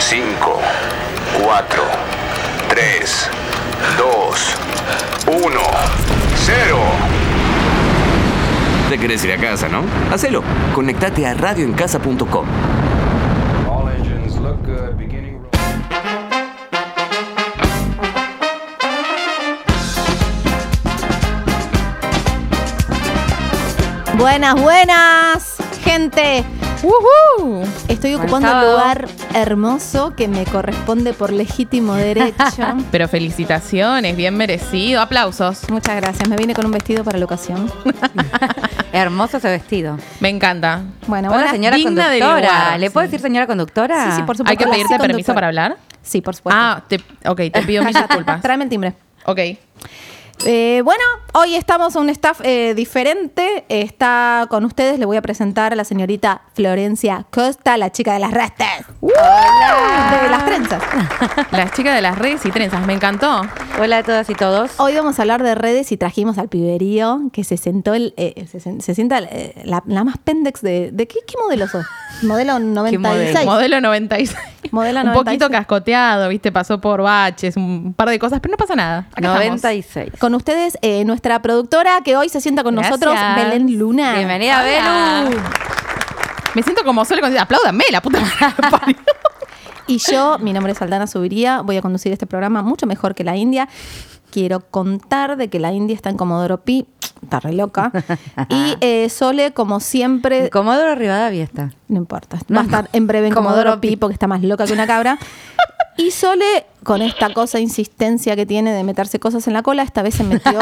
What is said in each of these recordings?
5, 4, 3, 2, 1, 0. Te querés ir a casa, ¿no? Hacelo. Conectate a radioencasa.com. All engines look good, beginning roll. Buenas, buenas, gente. ¡Wujú! Estoy ocupando el sábado. lugar hermoso que me corresponde por legítimo derecho. Pero felicitaciones, bien merecido. Aplausos. Muchas gracias. Me vine con un vestido para la ocasión. Hermoso ese vestido. Me encanta. Bueno, Una buenas. señora digna del conductora. lugar, ¿Le puedo decir señora conductora? Sí, sí, por supuesto. ¿Hay que Hola, pedirte sí, permiso conductora. para hablar? Sí, por supuesto. Ah, te, ok, te pido mis disculpas. Tráeme el timbre. Ok. Eh, bueno, hoy estamos un staff eh, diferente. Está con ustedes. Le voy a presentar a la señorita Florencia Costa, la chica de las rastas. De las trenzas. Las chicas de las redes y trenzas, me encantó. Hola a todas y todos. Hoy vamos a hablar de redes y trajimos al piberío que se sentó el, eh, se, sen- se sienta eh, la, la más pendex de, de qué, qué modelo sos? Modelo 96. Seis. Modelo 96. Modelo un poquito 96. cascoteado, viste, pasó por baches, un par de cosas, pero no pasa nada. Acá estamos. 96. Con ustedes eh, nuestra productora que hoy se sienta con Gracias. nosotros, Belén Luna. Bienvenida, Hola. Belu. Me siento como solo con apláudame, la puta madre. Y yo, mi nombre es Aldana Subiría, voy a conducir este programa mucho mejor que la India. Quiero contar de que la India está en Comodoro Pi, está re loca. Y eh, Sole, como siempre, Comodoro Rivadavia está. No importa. No, Va a estar en breve en Comodoro Comodoro Pi Pi. porque está más loca que una cabra. Y Sole, con esta cosa de insistencia que tiene de meterse cosas en la cola, esta vez se metió,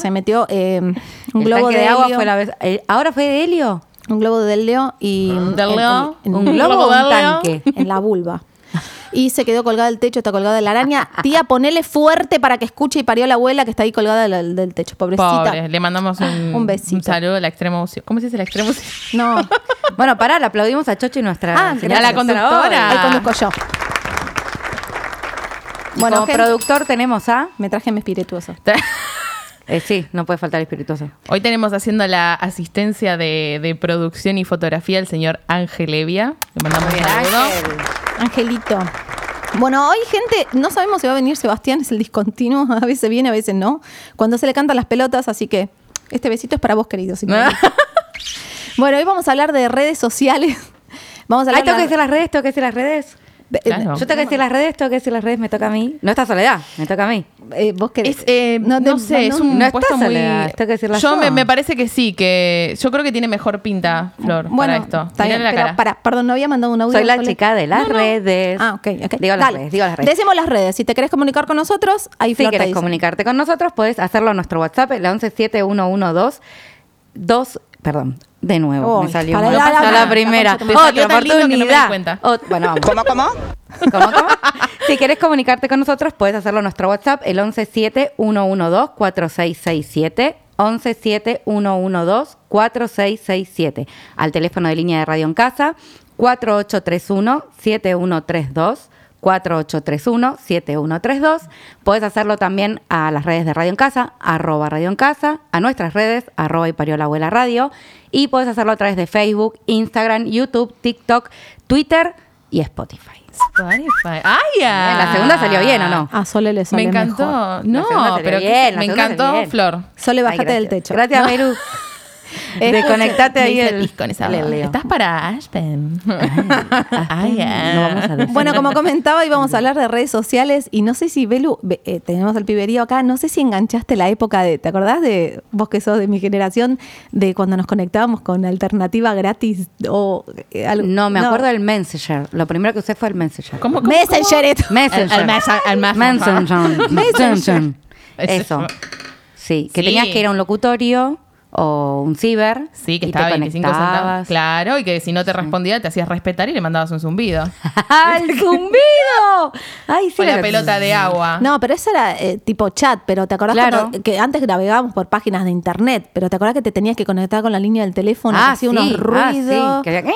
se metió eh, un El globo tanque de, de agua helio, fue la vez. eh, ¿Ahora fue de helio? un globo de helio y ¿De en- helio? en- ¿Un en- globo o un globo de helio? tanque? en la vulva. Y se quedó colgada del techo, está colgada de la araña. Tía, ponele fuerte para que escuche y parió la abuela que está ahí colgada del, del techo, pobrecita. Pobre, le mandamos un, Un besito. un saludo a la extrema opción. ¿Cómo se dice la extrema opción? No, Bueno, pará, le aplaudimos a Chocho y nuestra Ah, señora a la conductora. ahí conduzco yo. Bueno, Bueno, como gente, productor tenemos a... me traje mi espirituoso. Eh, sí, no puede faltar espirituoso. Hoy tenemos haciendo la asistencia de, de producción y fotografía al señor Ángel Evia. Le mandamos un saludo. Angelito. Bueno, hoy gente, no sabemos si va a venir Sebastián, es el discontinuo, a veces viene, a veces no. Cuando se le cantan las pelotas, así que este besito es para vos, querido. si Ah. me- bueno, hoy vamos a hablar de redes sociales. Vamos a Ay, hablar tengo que de- eh, decir las redes, tengo que decir las redes. de- Claro. Yo tengo que decir las redes, tengo que decir las redes, me toca a mí. No está soledad, me toca a mí. eh, vos querés- Es, eh, no, te- sé, no- es un no está puesto muy. sola, tengo que decirla yo. Me, me parece que sí, que yo creo que tiene mejor pinta, Flor, Bueno, para esto. está bien, Mirale la pero cara. para, perdón, no había mandado un audio. Soy la Sole. chica de las No, no. redes. Ah, ok, ok. Digo las Dale. redes, digo las redes. Decimos las redes. Si te querés comunicar con nosotros, ahí Si Flor te quieres dice. comunicarte con nosotros, podés hacerlo a nuestro WhatsApp, el 117112 2, perdón, de nuevo, Ay, me salió para mal. la Pasó alarma, la la primera. concha de tu madre. Otra Me salió tan lindo que no me di oportunidad. cuenta. Ot- bueno, vamos. ¿Cómo, cómo? ¿Cómo, cómo? si quieres comunicarte con nosotros, podés hacerlo a nuestro WhatsApp, el 1171124667. 1171124667. Al teléfono de línea de Radio en Casa, 4831-7132. 4831-7132. Podés hacerlo también a las redes de Radio en Casa, arroba Radio en Casa, a nuestras redes, arroba y parió la abuela radio. Y podés hacerlo a través de Facebook, Instagram, YouTube, TikTok, Twitter y Spotify. Spotify. ¡Ay, ya! Eh, La segunda salió bien, ¿o no? A Ah, Sole le sale me encantó. mejor. No, La segunda salió pero bien, la me segunda salió encantó, bien. Flor. Sole, bájate Ay, del gracias. techo. Gracias, Beru. Desconectate Me Eh, ahí hice el. pis con esa el voz. Leo. Ah, Estás para Aspen. Ay, ya. ah. No vamos a decir. Bueno, como comentaba, íbamos a hablar de redes sociales y no sé si, Belu, ve- eh, tenemos al piberío acá, no sé si enganchaste la época de, ¿te acordás de vos que sos de mi generación, de cuando nos conectábamos con alternativa gratis o eh, algo? No, me acuerdo del Messenger. Lo primero que usé fue el Messenger. ¿Cómo, cómo, Messenger. esto. Messenger. Al- al mes- al mes- Messenger. Messenger. Eso. Eso. Sí, que Sí. tenías que ir a un locutorio o un ciber. Sí, que y te estaba 25 centavos. conectabas. Claro, y que si no te respondía, te hacías respetar y le mandabas un zumbido. ¡Al zumbido! Ay, sí. o la era- pelota de agua. No, pero eso era eh, tipo chat, pero ¿te acordás Claro. cuando- que antes navegábamos por páginas de internet, pero ¿te acordás que te tenías que conectar con la línea del teléfono, que Ah, sí, hacía unos ah, sí, ruidos? que había-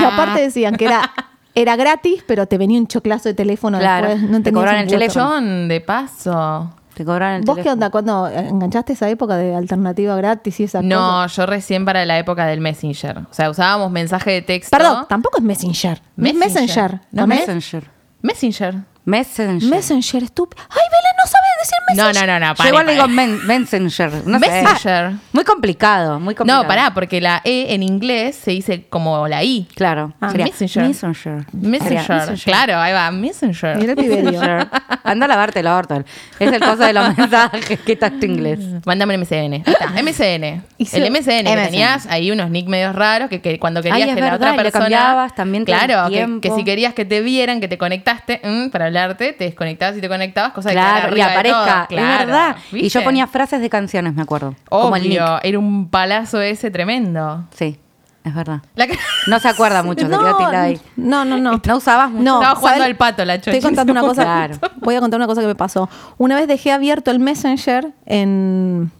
Y aparte decían que era... Era gratis, pero te venía un choclazo de teléfono Claro, después. No te tenías cobraban un el voto. teléfono. Son de paso. Te cobran el ¿Vos qué teléfono. onda? ¿Cuándo enganchaste esa época de alternativa gratis y esas No, cosas? yo recién para la época del Messenger. O sea, usábamos mensaje de texto. Perdón, tampoco es Messenger. No es Messenger. Messenger. No, ¿con E? Messenger. Messenger. Messenger. Messenger, estúpido. Ay, Belén, no sabe decir No, Messenger. no, no, no. Yo paren, igual le digo paren. men- Messenger. No sé. Ah, Messenger. Muy complicado, muy complicado. No, pará, porque la E en inglés se dice como la I. Claro. Ah. sería Messenger. Messenger. Messenger. Sería Claro, ahí va. Messenger. Mira el piberío. Messenger. Anda a lavarte el orto. Es el coso de los mensajes que está tu inglés. Mándame el MCN. Ahí está, MCN. Y se- el MCN, que MSN. tenías ahí unos nick medios raros que, que cuando querías Ay, es que verdad, la y lo otra persona. cambiabas también todo el claro, que- tiempo. que, si querías que te vieran, que te conectaste mm, para hablarte, te desconectabas y te conectabas, cosa de Claro, que y quedar arriba de todo, aparezca. claro, es verdad. Y ¿viste? yo ponía frases de canciones, me acuerdo. Como el nick. Obvio, era un palazo ese tremendo. Sí, es verdad. La que- No se acuerda mucho, te quedó tildada ahí. No, no, no. No usabas mucho. No, Estaba jugando ¿sabes? al pato, la chocha. Estoy contando una cosa. Claro. Voy a contar una cosa que me pasó. Una vez dejé abierto el Messenger en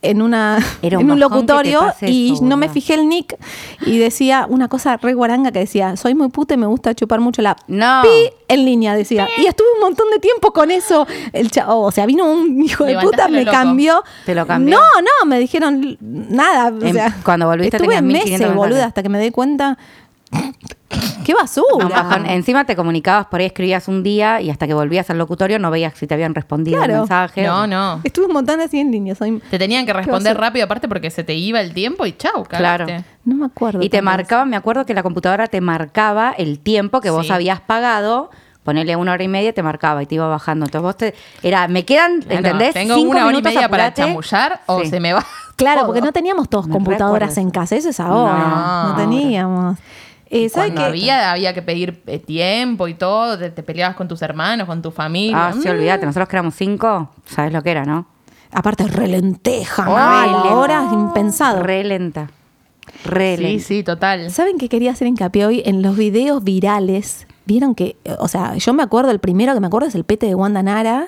en una Era un en un bajón que te locutorio pase eso, y no me boluda. fijé el nick y decía una cosa re guaranga que decía, "Soy muy puta y me gusta chupar mucho la No. pi en línea", decía. Y estuve un montón de tiempo con eso. El chavo, o sea, vino un hijo de Levantaste puta, lo me loco. cambió. Te lo cambió. No, no, me dijeron nada, o Em, sea, cuando volviste estuve tenías 1500 meses, mensajes. boluda, hasta que me di cuenta Qué Un basura. bajón. Encima te comunicabas por ahí, escribías un día y hasta que volvías al locutorio no veías si te habían respondido el Claro. mensaje. No, no. Estuve un montón así en línea. Soy... Te tenían que ¿Qué responder va a rápido, aparte porque se te iba el tiempo y chau, Claro. cagaste. No me acuerdo. Y te tanto de eso. marcaban, me acuerdo que la computadora te marcaba el tiempo que vos Sí. habías pagado. Ponerle una hora y media te marcaba y te iba bajando. Entonces vos te. Era, me quedan, Claro, ¿entendés? Tengo Cinco una hora y minutos, media para apurate. chamullar o Sí. se me va. Claro, todo. porque no teníamos todos Me computadoras recuerdo. en casa. Eso es ahora. No. No, teníamos. Eh, ¿sabe Cuando qué? había, había que pedir eh, tiempo y todo, te, te peleabas con tus hermanos, con tu familia. Ah, sí, Mm. olvídate. Nosotros que éramos cinco, ¿sabes lo que era, no? Aparte, relenteja. Oh, Ah, lenta. ahora es impensado. Re lenta. Re Sí, lenta. sí, total. ¿Saben qué quería hacer hincapié hoy? En los videos virales. Vieron que, eh, o sea, yo me acuerdo, el primero que me acuerdo es el pete de Wanda Nara.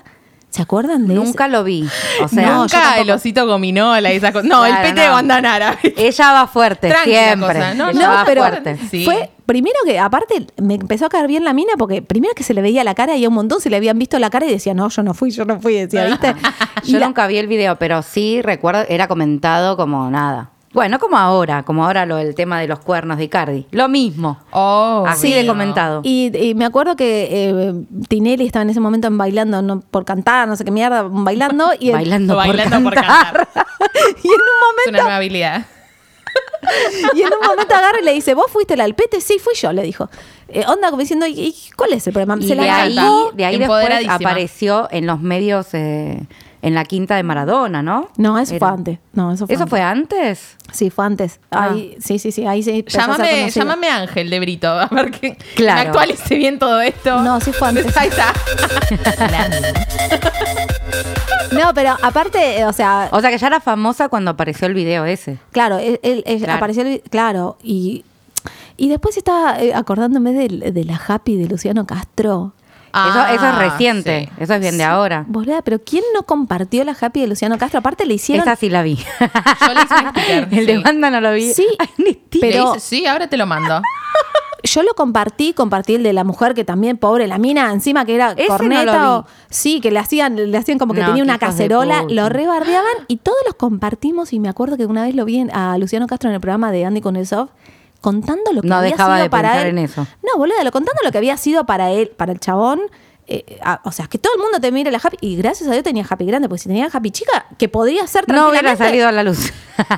¿Se acuerdan de Nunca lo vi. O sea, No, yo Nunca tampoco. el osito gominola y esas cosas. No, el Claro, pete no. de bandanara. Ella va fuerte, Tranqui la siempre. cosa, no, Ella No, va pero fuerte. Sí. fue primero que, aparte, me empezó a caer bien la mina porque primero que se le veía la cara y a un montón se le habían visto la cara y decía, no, yo no fui, yo no fui, decía, ¿viste? Y Yo la- nunca vi el video, pero sí recuerdo, era comentado como nada. Bueno, como ahora, como ahora lo del tema de los cuernos de Icardi. Lo mismo. Oh, Así de comentado. Y, y me acuerdo que eh, Tinelli estaba en ese momento en bailando, no, por cantar, no sé qué mierda, bailando. Y, bailando, por Bailando por cantar. cantar. y en un Es una nueva habilidad. Y en un momento agarra y le dice, ¿vos fuiste la del pete? Sí, fui yo, le dijo. Eh, onda como diciendo, ¿y y cuál es el problema? Y Se de la ahí, bancó. de ahí después Empoderadísima. apareció en los medios, eh, en la quinta de Maradona, ¿no? No, eso Era- fue antes. No, eso fue ¿Eso antes. fue antes? Sí, fue antes. Ah. Ahí, sí, sí, sí, ahí se empezó a ser Llámame, conocido. llámame Ángel de Brito, a ver que Claro. me actualice bien todo esto. No, sí fue antes. Ahí está. No, pero aparte, eh, o sea, O sea que ya era famosa cuando apareció el video ese. Claro, él, él- él Claro. apareció, el- claro, y, y después estaba eh, acordándome del- de la Happy de Luciano Castro. Ah, eso, eso es reciente, sí. eso es bien de ahora. Boluda, pero ¿quién no compartió la Happy de Luciano Castro? Aparte le hicieron... Esa sí la vi. Yo le hice un sticker, el de sí. banda no lo vi. Sí, Ay, ni Le sticker. pero hice- sí, ahora te lo mando. yo lo compartí, compartí el de la mujer que también, pobre, la mina, encima que era Ese corneta no lo o- Sí, que le hacían, le hacían como que No, tenía qué una hijos de cacerola, puta. lo rebardeaban y todos los compartimos y me acuerdo que una vez lo vi en- a Luciano Castro en el programa de Andy Kuznetsov contando lo que No había dejaba sido de para pensar él. en eso. No, boludo, lo contando lo que había sido para él, para el chabón. eh, a- o sea, que todo el mundo te mire la happy. Y gracias a Dios tenía happy grande, porque si tenía happy chica, que podría ser No hubiera tranquilamente- salido a la luz.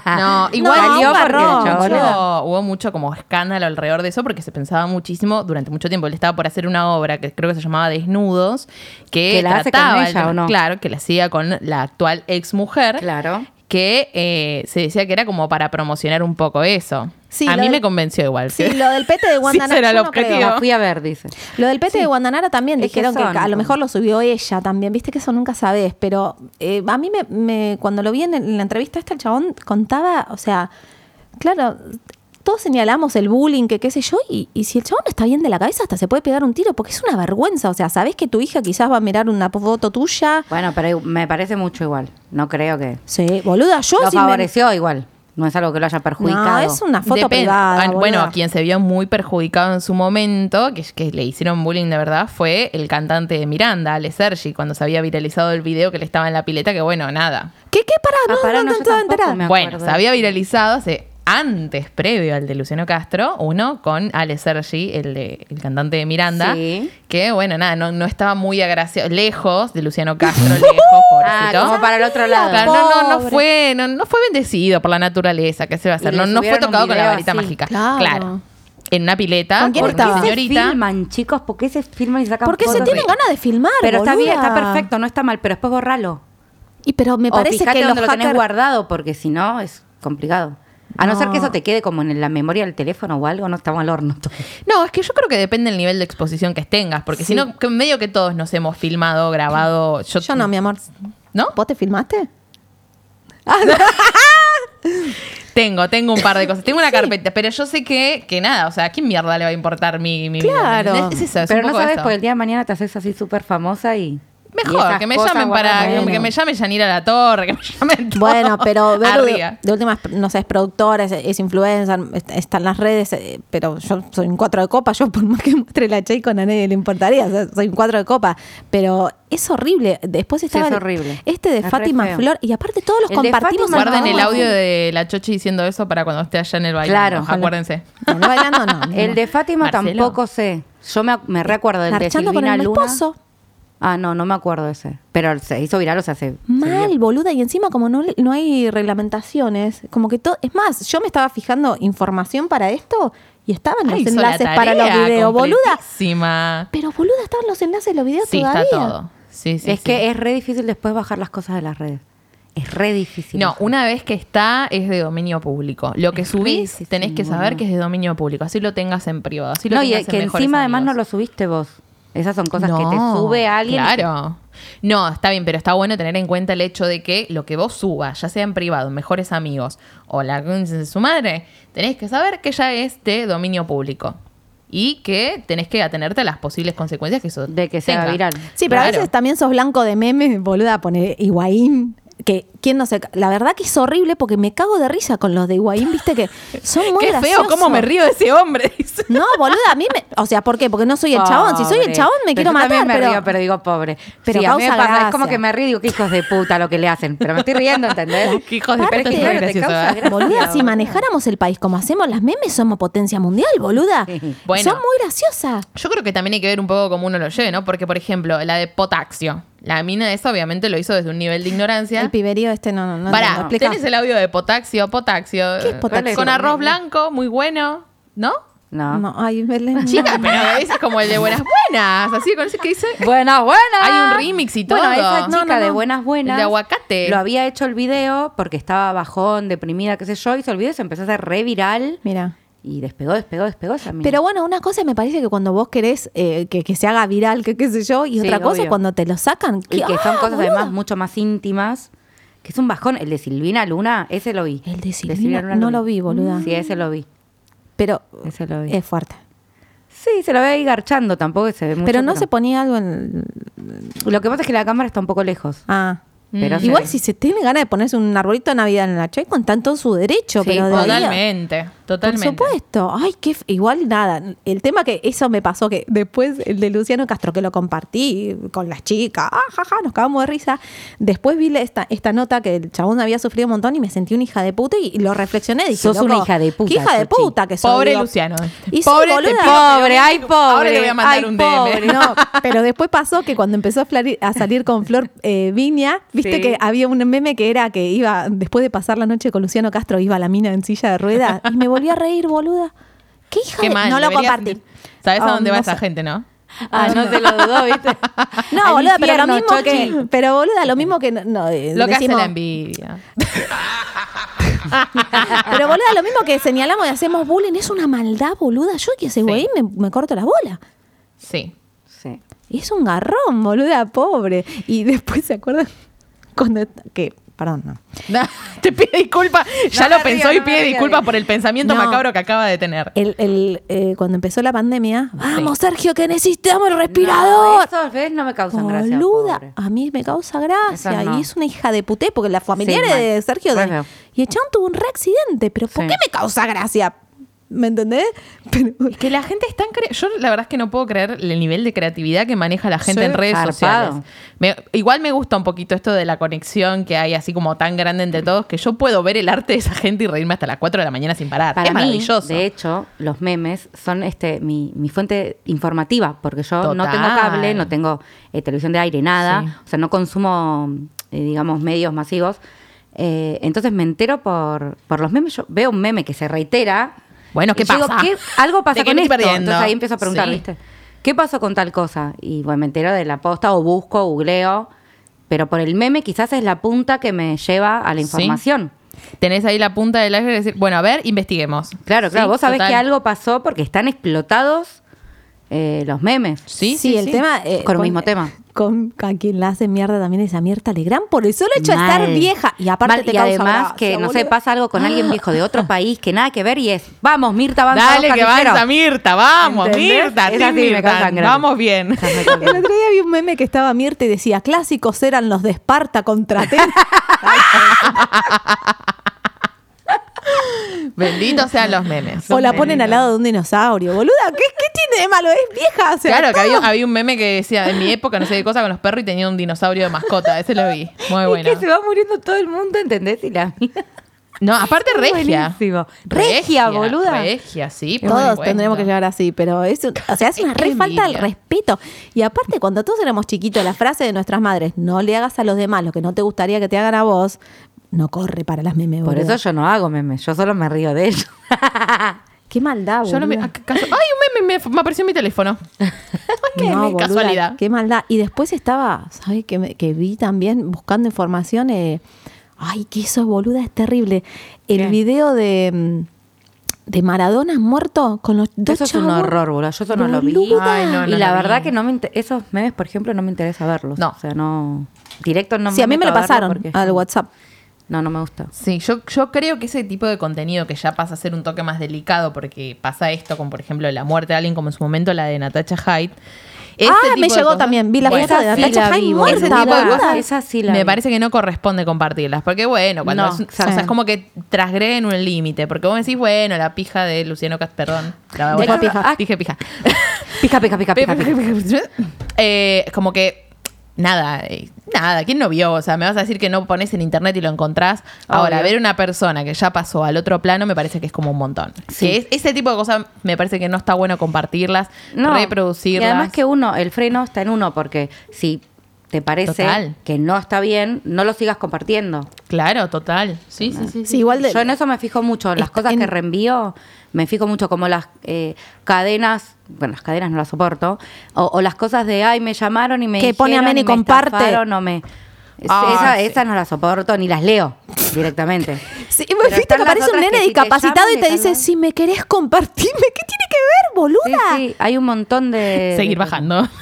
No, No, igual salió un porque garrón, el chabón Hubo boluda. era- mucho- hubo mucho como escándalo alrededor de eso porque se pensaba muchísimo durante mucho tiempo. Él estaba por hacer una obra que creo que se llamaba Desnudos, que, Que la hace trataba con el ella, tema- ¿o no? claro, que la hacía con la actual ex mujer. Claro. Que eh, se decía que era como para promocionar un poco eso. Sí, a lo mí del- me convenció igual. Sí, lo del pete de Wanda Sí, será el yo no objetivo. creo. La fui a ver, dice. Lo del pete de Guandanara también Es que dijeron que, son, a lo ¿no? mejor lo subió ella también, viste que eso nunca sabés, pero eh, a mí me, me- cuando lo vi en, en la entrevista esta, el chabón contaba, o sea, claro, todos señalamos el bullying, que qué sé yo, y, y si el chabón no está bien de la cabeza, hasta se puede pegar un tiro, porque es una vergüenza, o sea, sabés que tu hija quizás va a mirar una foto tuya, Bueno, pero me parece mucho igual. No creo que. sí, boluda, yo Lo si me- favoreció igual. No es algo que lo haya perjudicado. No, es una foto Depende. privada. Ah, bueno, boluda. a quien se vio muy perjudicado en su momento, que, que le hicieron bullying de verdad, fue el cantante de Miranda, Ale Sergi, cuando se había viralizado el video que le estaba en la pileta, que bueno, nada. ¿Qué, qué? Pará, Ah, no, pará, no, no, no, te yo voy a tampoco enterar. me- Bueno, acuerdo. se había viralizado hace antes, previo al de Luciano Castro, uno con Ale Sergi, el, de- el cantante de Miranda, Sí. que bueno, nada, no, no estaba muy agraciado, lejos de Luciano Castro, lejos, Ah, pobrecito. como para el otro lado. Claro, no, no, no Pobre. fue, no, no fue bendecido por la naturaleza, que se va a hacer. Y le No, no fue subieron un tocado con la video varita así. mágica. Claro. Claro. En una pileta. ¿Con quién por una estaba? ¿Por qué se señorita. filman, chicos? ¿Por qué se filman y sacan Porque se fotos? tienen ganas de filmar, Pero está bien, boluda. está perfecto, no está mal, pero después borralo. Y pero me O parece fíjate que los dónde lo tenés hackers... guardado, porque si no es complicado. A no, ser que No. eso te quede como en la memoria del teléfono o algo, no estamos al horno. No, es que yo creo que depende del nivel de exposición que tengas, porque si no, que medio que todos nos hemos filmado, grabado. Yo, Yo no, mi amor. ¿No? Ah, ¿Vos te filmaste? Tengo, tengo un par de cosas. Tengo una carpeta, pero yo sé que, que nada, o sea, ¿a quién mierda le va a importar mi, mi vida? Claro. ¿Entendés? Es eso, es Pero un no poco sabes, eso. porque el día de mañana te haces así súper famosa y. y Mejor, esas que me cosas llamen para. guardas que- bueno. Que me llame Yanira La Torre, que me llamen. todos. Bueno, pero Vero, de, Arriba. de última, es- no sé, es productora, es, es influencer, est- está en las redes, eh, pero yo soy un cuatro de copa, yo por más que muestre la con a nadie le importaría, o sea, soy un cuatro de copa, pero es horrible. Después estaba es el- horrible. este de Es re Fátima feo. Flor, y aparte todos los El de compartimos. Fátima en Guarden el todas. audio de la Chochi diciendo eso para cuando esté allá en el baile. Claro, ojalá. acuérdense. No, no, bailando no. mi El amor. de Fátima Marcelo. tampoco sé. Yo me, me recuerdo del de Garchando con Silvina el Luna. esposo. Ah, no, no me acuerdo ese. Pero se hizo viral, o sea, se. se Mal, vio. boluda. Y encima, como no, no hay reglamentaciones, como que todo. Es más, yo me estaba fijando información para esto y estaban Ah, los hizo la enlaces para los tarea videos, boluda. completísima. Pero boluda, estaban los enlaces de los videos Sí, todavía. está todo. Sí, sí, es sí. que es re difícil después bajar las cosas de las redes. Es re difícil. No, una vez que está es de dominio público. Lo que Es re subís difícil, tenés que boluda. saber que es de dominio público. Así lo tengas en privado. Así lo No, y tengas en que mejores encima además no amigos. lo subiste vos. Esas son cosas que te No, sube alguien. Claro. No, está bien, pero está bueno tener en cuenta el hecho de que lo que vos subas, ya sea en privado, en mejores amigos o la concha de su madre, tenés que saber que ya es de dominio público. Y que tenés que atenerte a las posibles consecuencias que eso De que sea tenga. viral. Sí, pero Claro. a veces también sos blanco de memes, boluda, poner Higuaín. Que, ¿quién no se ca- La verdad que es horrible porque me cago de risa con los de Higuaín, viste que son muy Qué graciosos. feo, cómo me río de ese hombre. dice. No, boluda, a mí me. O sea, ¿por qué? Porque no soy el chabón. Si soy el Pobre. chabón, me Pero quiero yo también matar. me pero, río, pero digo pobre. pero sí, a mí me causa pasa, gracia. es como que me río y digo, qué hijos de puta lo que le hacen. Pero me estoy riendo, ¿entendés? Qué hijos de Pero puta, es que qué claro, te gracioso, causa ¿verdad? gracia, Boluda, si boluda. manejáramos el país como hacemos las memes, somos potencia mundial, boluda. Sí. Bueno. Son muy graciosas. Yo creo que también hay que ver un poco cómo uno lo lleve, ¿no? Porque, por ejemplo, la de Potaxio. La mina esa obviamente lo hizo desde un nivel de ignorancia. El piberío este no, no, no. Pará, no, no, explica. tenés el audio de Potaxio, Potaxio. ¿Qué es Potaxio? Con arroz blanco, muy bueno, ¿no? No. No, ay, Belén. no. Chica, pero a veces como el de Buenas Buenas, así con ese que dice... Buenas, buenas. Hay un remix y Bueno, todo. esa chica No, no, de no. Buenas Buenas. El de aguacate. Lo había hecho el video porque estaba bajón, deprimida, qué sé yo. Hizo el video y se empezó a hacer re viral. Mira. Y despegó, despegó, despegó esa mina. Pero bueno, una cosa me parece que cuando vos querés eh, que, que se haga viral, que qué sé yo, y Sí, otra cosa obvio. es cuando te lo sacan. Y que son ¡Ah, cosas boluda! además mucho más íntimas. Que es un bajón. El de Silvina Luna, ese lo vi. El de Silvina, no lo vi, boluda. Sí, ese lo vi. Pero Ese lo vi. es fuerte. Sí, se lo ve ahí garchando, tampoco se ve mucho. pero no se ponía algo en... Lo que pasa es que la cámara está un poco lejos. Ah. Pero se Igual ve. si se tiene ganas de ponerse un arbolito de Navidad en la Checo, están todo su derecho. Sí, pero de ahí a- Totalmente, totalmente. Por supuesto. Ay, qué f- igual nada. El tema que eso me pasó, que después el de Luciano Castro, que lo compartí con las chicas, ah, jaja, nos cagamos de risa. Después vi la- esta, esta nota que el chabón había sufrido un montón y me sentí una hija de puta y, y lo reflexioné. Dije, Sos una "Loco, hija de puta, Qué hija de Suchi". puta que soy. Pobre digo. Luciano. Y sí, Pobre boluda. te pido. Pobre, ay, pobre. Ahora le voy a mandar ay, un DM. pobre. No, pero después pasó que cuando empezó a, flari- a salir con Flor eh, Viña, viste Sí. que había un meme que era que iba, después de pasar la noche con Luciano Castro, iba a la mina en silla de ruedas y me volví a reír, boluda. ¿Qué hija Qué de- mal. No lo deberías- compartí. ¿Sabés a Oh, dónde no va esa sé. gente, no? Ah, no se lo dudó, ¿viste? No, Al boluda, pero infierno, lo mismo Chochi. que. Pero boluda, lo mismo que. no- no, eh, Lo que hace decimos- la envidia. Pero boluda, lo mismo que señalamos y hacemos bullying es una maldad, boluda. Yo que ese güey me, me corto la bola. Sí. Sí. Es un garrón, boluda, pobre. Y después se acuerdan cuando que Perdón, no. Te pide disculpas. Ya No lo me pensó río, y no me pide río. disculpas por el pensamiento No. macabro que acaba de tener. El, el, eh, cuando empezó la pandemia, vamos, Sergio, que necesitamos el respirador. No, esos, ¿ves? No me causan gracia. Boluda, pobre. a mí me causa gracia. Esas no. Y es una hija de puté, porque la familiar Sí, de mal. Sergio. Re de- feo. y el chabón tuvo un re accidente, pero ¿por Sí. qué me causa gracia? ¿Me entendés? Pero- Es que la gente es tan cre- Yo la verdad es que no puedo creer el nivel de creatividad que maneja la gente Sí. en redes Zarpado. sociales. Me- igual me gusta un poquito esto de la conexión que hay así como tan grande entre todos que yo puedo ver el arte de esa gente y reírme hasta las 4 de la mañana sin parar. Para es mí, maravilloso. de hecho, los memes son este mi, mi fuente informativa, porque yo no tengo Total. cable, no tengo eh, televisión de aire, nada. Sí. O sea, no consumo, eh, digamos, medios masivos. Eh, entonces me entero por, por los memes. Yo veo un meme que se reitera. Bueno, y ¿qué yo digo, pasa? ¿qué- algo pasa ¿De qué con me esto. estoy perdiendo? Entonces ahí empiezo a preguntar, Sí. ¿viste? ¿Qué pasó con tal cosa? Y bueno, me entero de la posta o busco, googleo. Pero por el meme quizás es la punta que me lleva a Sí. la información. Tenés ahí la punta del iceberg y decir, bueno, a ver, investiguemos. Claro, claro, Sí, vos sabés total. que algo pasó porque están explotados eh, los memes. Sí, sí, el tema. eh, Con el mismo tema. Con a quien la hace mierda también es a Mirta Legrand por el solo hecho Mal. de estar vieja. Y aparte, Mal, te y causa además gracia, que no sé, boludo. pasa algo con alguien viejo de otro país que nada que ver y es, vamos Mirta, avanza Dale dos que casilleros". avanza Mirta, vamos, ¿Entendés? Mirta, Esas Team sí me Mirta, causan gracia. vamos bien. Esas me El causan- otro día vi un meme que estaba Mirta y decía: clásicos eran los de Esparta contra Atenas. Bendito sean los memes. o la Son ponen al benditos. lado de un dinosaurio. Boluda, ¿qué, qué tiene de malo? Es vieja. o sea, claro, que todo- había, había un meme que decía, en mi época no sé qué cosa con los perros y tenía un dinosaurio de mascota. Ese lo vi. Muy Es bueno. que se va muriendo todo el mundo, ¿entendés? Y la mía. No, aparte Es regia. buenísimo. Regia, boluda. Regia, sí. por Todos supuesto. tendremos que llegar así, pero es, un- o sea, es una Es que re falta de envidia. respeto. Y aparte, cuando todos éramos chiquitos, la frase de nuestras madres, no le hagas a los demás lo que no te gustaría que te hagan a vos, no corre para las memes, Por boluda. eso yo no hago memes, yo solo me río de ellos. Qué maldad, Yo no me- boluda. ah, caso- Ay, un meme me, me apareció en mi teléfono. Ay, qué No, meme, boluda, casualidad. Qué maldad. Y después estaba, ¿sabes? Que, me- que vi también buscando información. eh, ay, que eso, boluda, es terrible. El ¿Qué? video de, mm, de Maradona muerto con los dos Eso es un chavos. horror, boludo. Yo eso no lo vi. Boluda. Ay, no, y la lo verdad vi. que no me inter- esos memes, por ejemplo, no me interesa verlos. No. O sea, no. Directo no sí, a mí me meto lo verlo pasaron porque- al WhatsApp. No, no me gusta. Sí, yo, yo creo que ese tipo de contenido que ya pasa a ser un toque más delicado porque pasa esto con, por ejemplo, la muerte de alguien como en su momento la de Natasha Hyde. Ese Ah, tipo me de llegó cosas- también. Vi la Bueno, foto de esa sí Natacha la Hyde vi, muerta, ese boluda. tipo de boluda. cosas Esa sí la me vi. parece que no corresponde compartirlas porque bueno cuando No, es, un- sí. o sea, es como que transgreden un límite porque vos decís bueno la pija de Luciano Cas perdón la ¿De bueno, qué pija? dije pija Pica, pica, pica, pica, pica. Eh, como que nada eh, nada quién no vio o sea me vas a decir que no pones en internet y lo encontrás ahora Obvio. ver una persona que ya pasó al otro plano me parece que es como un montón Sí. Que es- ese tipo de cosas me parece que no está bueno compartirlas reproducirlas Y además que uno, el freno está en uno, porque si te parece Total. que no está bien, no lo sigas compartiendo. claro total sí sí sí, Sí, igual de. Yo en eso me fijo mucho, las Está cosas en- que reenvío, me fijo mucho como las eh, cadenas, bueno, las cadenas no las soporto, o, o las cosas de, ay, me llamaron y me Que dijeron pone amén y me comparte. estafaron, o me... Ah, esa- sí. Esas no las soporto, ni las leo directamente. Sí, Pero viste que están las aparece un otras nene que si te discapacitado llaman, y te están dice: las- Si me querés compartirme, ¿qué tiene que ver, Sí, boluda? sí, hay un montón de... seguir de cosas. bajando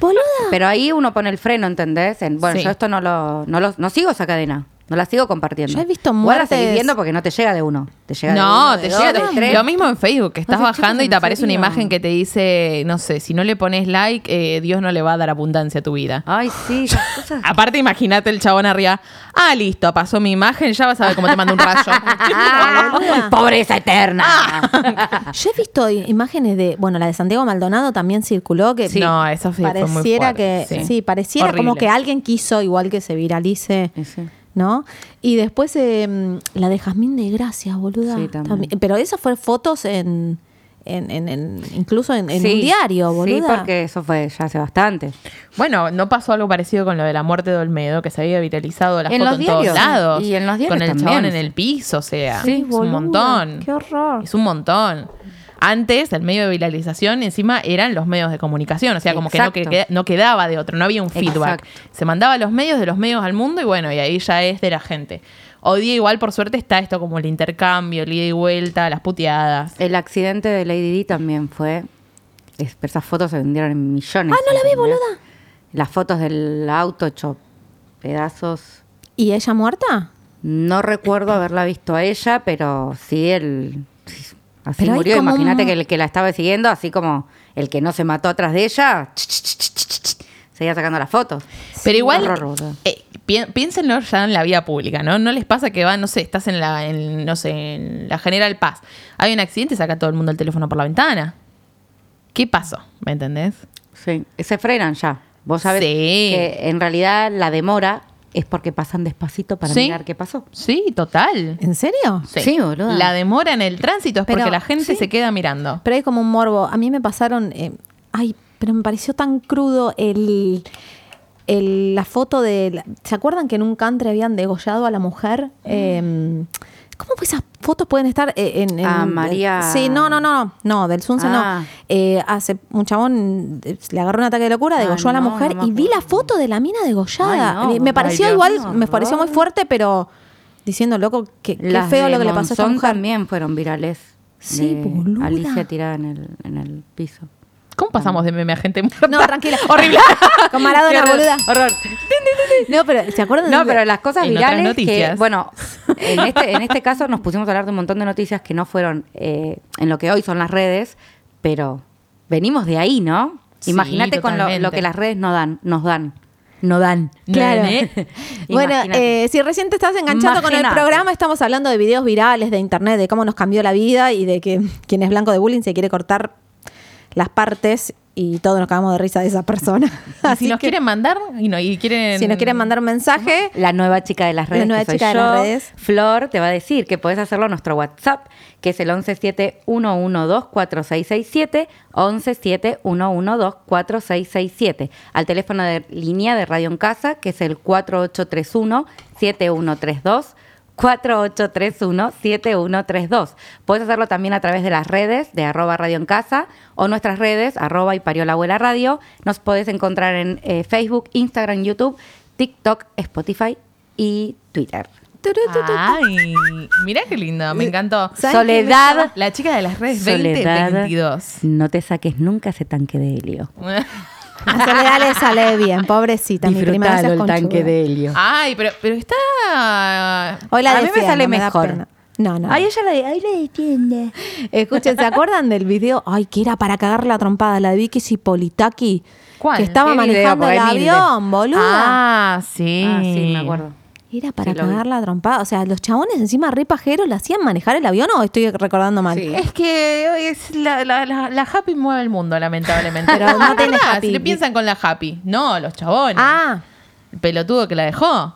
Boluda. Pero ahí uno pone el freno, ¿entendés? En, bueno, Sí. yo esto no lo, no lo- no sigo esa cadena. No la sigo compartiendo. Yo he visto Igual la seguís muertes- viendo porque no te llega de uno. Te llega de uno, No, de te dos, llega de todo. tres. Lo mismo en Facebook, que estás No sé, chicos, bajando y en te aparece una serio. imagen que te dice, no sé, si no le pones like, eh, Dios no le va a dar abundancia a tu vida. Ay, sí, esas cosas. Ah. Aparte, imagínate el chabón arriba. Ah, listo, pasó mi imagen, ya vas a ver cómo te manda un rayo. Ah, pobreza eterna. Ah. Yo he visto i- imágenes de, bueno, la de Santiago Maldonado también circuló que Sí. No, esa fue- fue muy pareciera fuerte, que sí. sí, pareciera como Horrible. que alguien quiso igual que se viralice, Sí, sí. ¿no? Y después eh, mm, la de Jazmín de Gracias, boluda. Sí, también. Tambi- Pero esas fueron fotos en, en- en- en- incluso en, en Sí, un diario, boluda. Sí, porque eso fue ya hace bastante. bueno, no pasó algo parecido con lo de la muerte de Olmedo, que se había viralizado la En foto los en todos diarios. lados. Y en los diarios Con el también. chabón en el piso, o sea. Sí, es un boluda, montón. qué horror. Es un montón. Antes, el medio de viralización, encima eran los medios de comunicación. O sea, como que no, que Exacto. queda- no quedaba de otro, no había un feedback. Exacto. Se mandaba a los medios, de los medios al mundo, y bueno, y ahí ya es de la gente. Hoy día, igual, por suerte, está esto como el intercambio, el ida y vuelta, las puteadas. El accidente de Lady Di también fue. es- pero esas fotos se vendieron en millones. Ah, no la vi, ¿entendés? boluda. Las fotos del auto hecho pedazos. ¿Y ella muerta? No recuerdo haberla visto a ella, pero sí el así Pero hay murió. como Imagínate un- que el que la estaba siguiendo, así como el que no se mató atrás de ella, seguía sacando las fotos. Pero igual, horror, boludo. eh, pi- piénsenlo ya en la vía pública, ¿no? No les pasa que van, no sé, estás en la, en, no sé, en la General Paz. Hay un accidente, saca todo el mundo el teléfono por la ventana. ¿Qué pasó? ¿Me entendés? Sí, Eh, se frenan ya. Vos sabés Sí. que en realidad la demora es porque pasan despacito para Sí. mirar qué pasó. Sí, total. ¿En serio? Sí, boluda. La demora en el tránsito es Pero, porque la gente sí. se queda mirando. Pero hay como un morbo. A mí me pasaron. eh, ay, pero me pareció tan crudo el. el- la foto de. la- ¿Se acuerdan que en un country habían degollado a la mujer? Mm. Eh, ¿Cómo fue esas fotos pueden estar eh, en. en- Ah, María. sí, no, no, no, no, no, del Sunce Ah. no. Eh, hace un chabón eh, le agarró un ataque de locura, Ah, degolló a la no, mujer no me y vi la acuerdo. foto de la mina degollada. Ay, no, Eh, me ay, pareció Dios, igual, qué me pareció muy horror. fuerte, pero diciendo, loco, que- qué, Las feo de lo que le pasó a esta Monzón mujer. también fueron virales. Sí, de boluda. Alicia tirada en el, en el piso. ¿Cómo pasamos de meme a gente muerta? Ah. No, tranquila. Horrible. Con Maradona, Qué horror, boluda. Horror. No, pero ¿se acuerdan? No, de- pero las cosas En otras virales que, noticias. bueno, en este, en este caso nos pusimos a hablar de un montón de noticias que no fueron eh, en lo que hoy son las redes, pero venimos de ahí, ¿no? Sí, Imagínate con lo, totalmente. ¿eh? lo que las redes no dan, nos dan, no dan. Claro. Nene. bueno, Imagínate. eh, si recién te estás enganchando con el Imagínate. programa, estamos hablando de videos virales, de internet, de cómo nos cambió la vida y de que quien es blanco de bullying se quiere cortar las partes y todos nos cagamos de risa de esa persona. Y Así si nos que, quieren mandar y, no, y quieren. si nos quieren mandar un mensaje, La nueva chica de las redes. nueva que soy chica de yo, las redes. Flor te va a decir que podés hacerlo a nuestro WhatsApp, que es el 117-112-4667, 117-112-4667. Al teléfono de línea de Radio en Casa, que es el 4831-7132. 4831-7132. Puedes hacerlo también a través de las redes de arroba radio en casa o nuestras redes arroba y parió la abuela radio. Nos podés encontrar en eh, Facebook, Instagram, YouTube, TikTok, Spotify y Twitter. turu, tu, tu, tu. Ay, mirá qué lindo, me encantó. ¿Sabes quién Soledad. La chica de las redes Soledad. 2022. No te saques nunca ese tanque de helio. a Soledad le Ah, sale bien, pobrecita, mi prima de esas Disfrutalo el tanque conchudas. de helio. Ay, pero, pero está. Hoy la A mí me defiendo, sale da mejor. pena. No, no. Ay, ella la, de- ay, la defiende. Escuchen, ¿se acuerdan del video? Ay, que era para cagar la trompada, la de Vicky Sipolitaki. ¿Cuál? Que estaba ¿Qué manejando video? el Porque hay mil de- avión, boluda. Ah, sí. Ah, sí, me acuerdo. Era para Sí, lo vi. cagar la trompada. O sea, los chabones encima re pajeros le hacían manejar el avión o estoy recordando mal. Eh, Sí. Es que es la, la, la, la happy mueve el mundo, lamentablemente. Pero no Es tenés verdad, happy. Si le piensan con la happy. No, los chabones. Ah, El pelotudo que la dejó.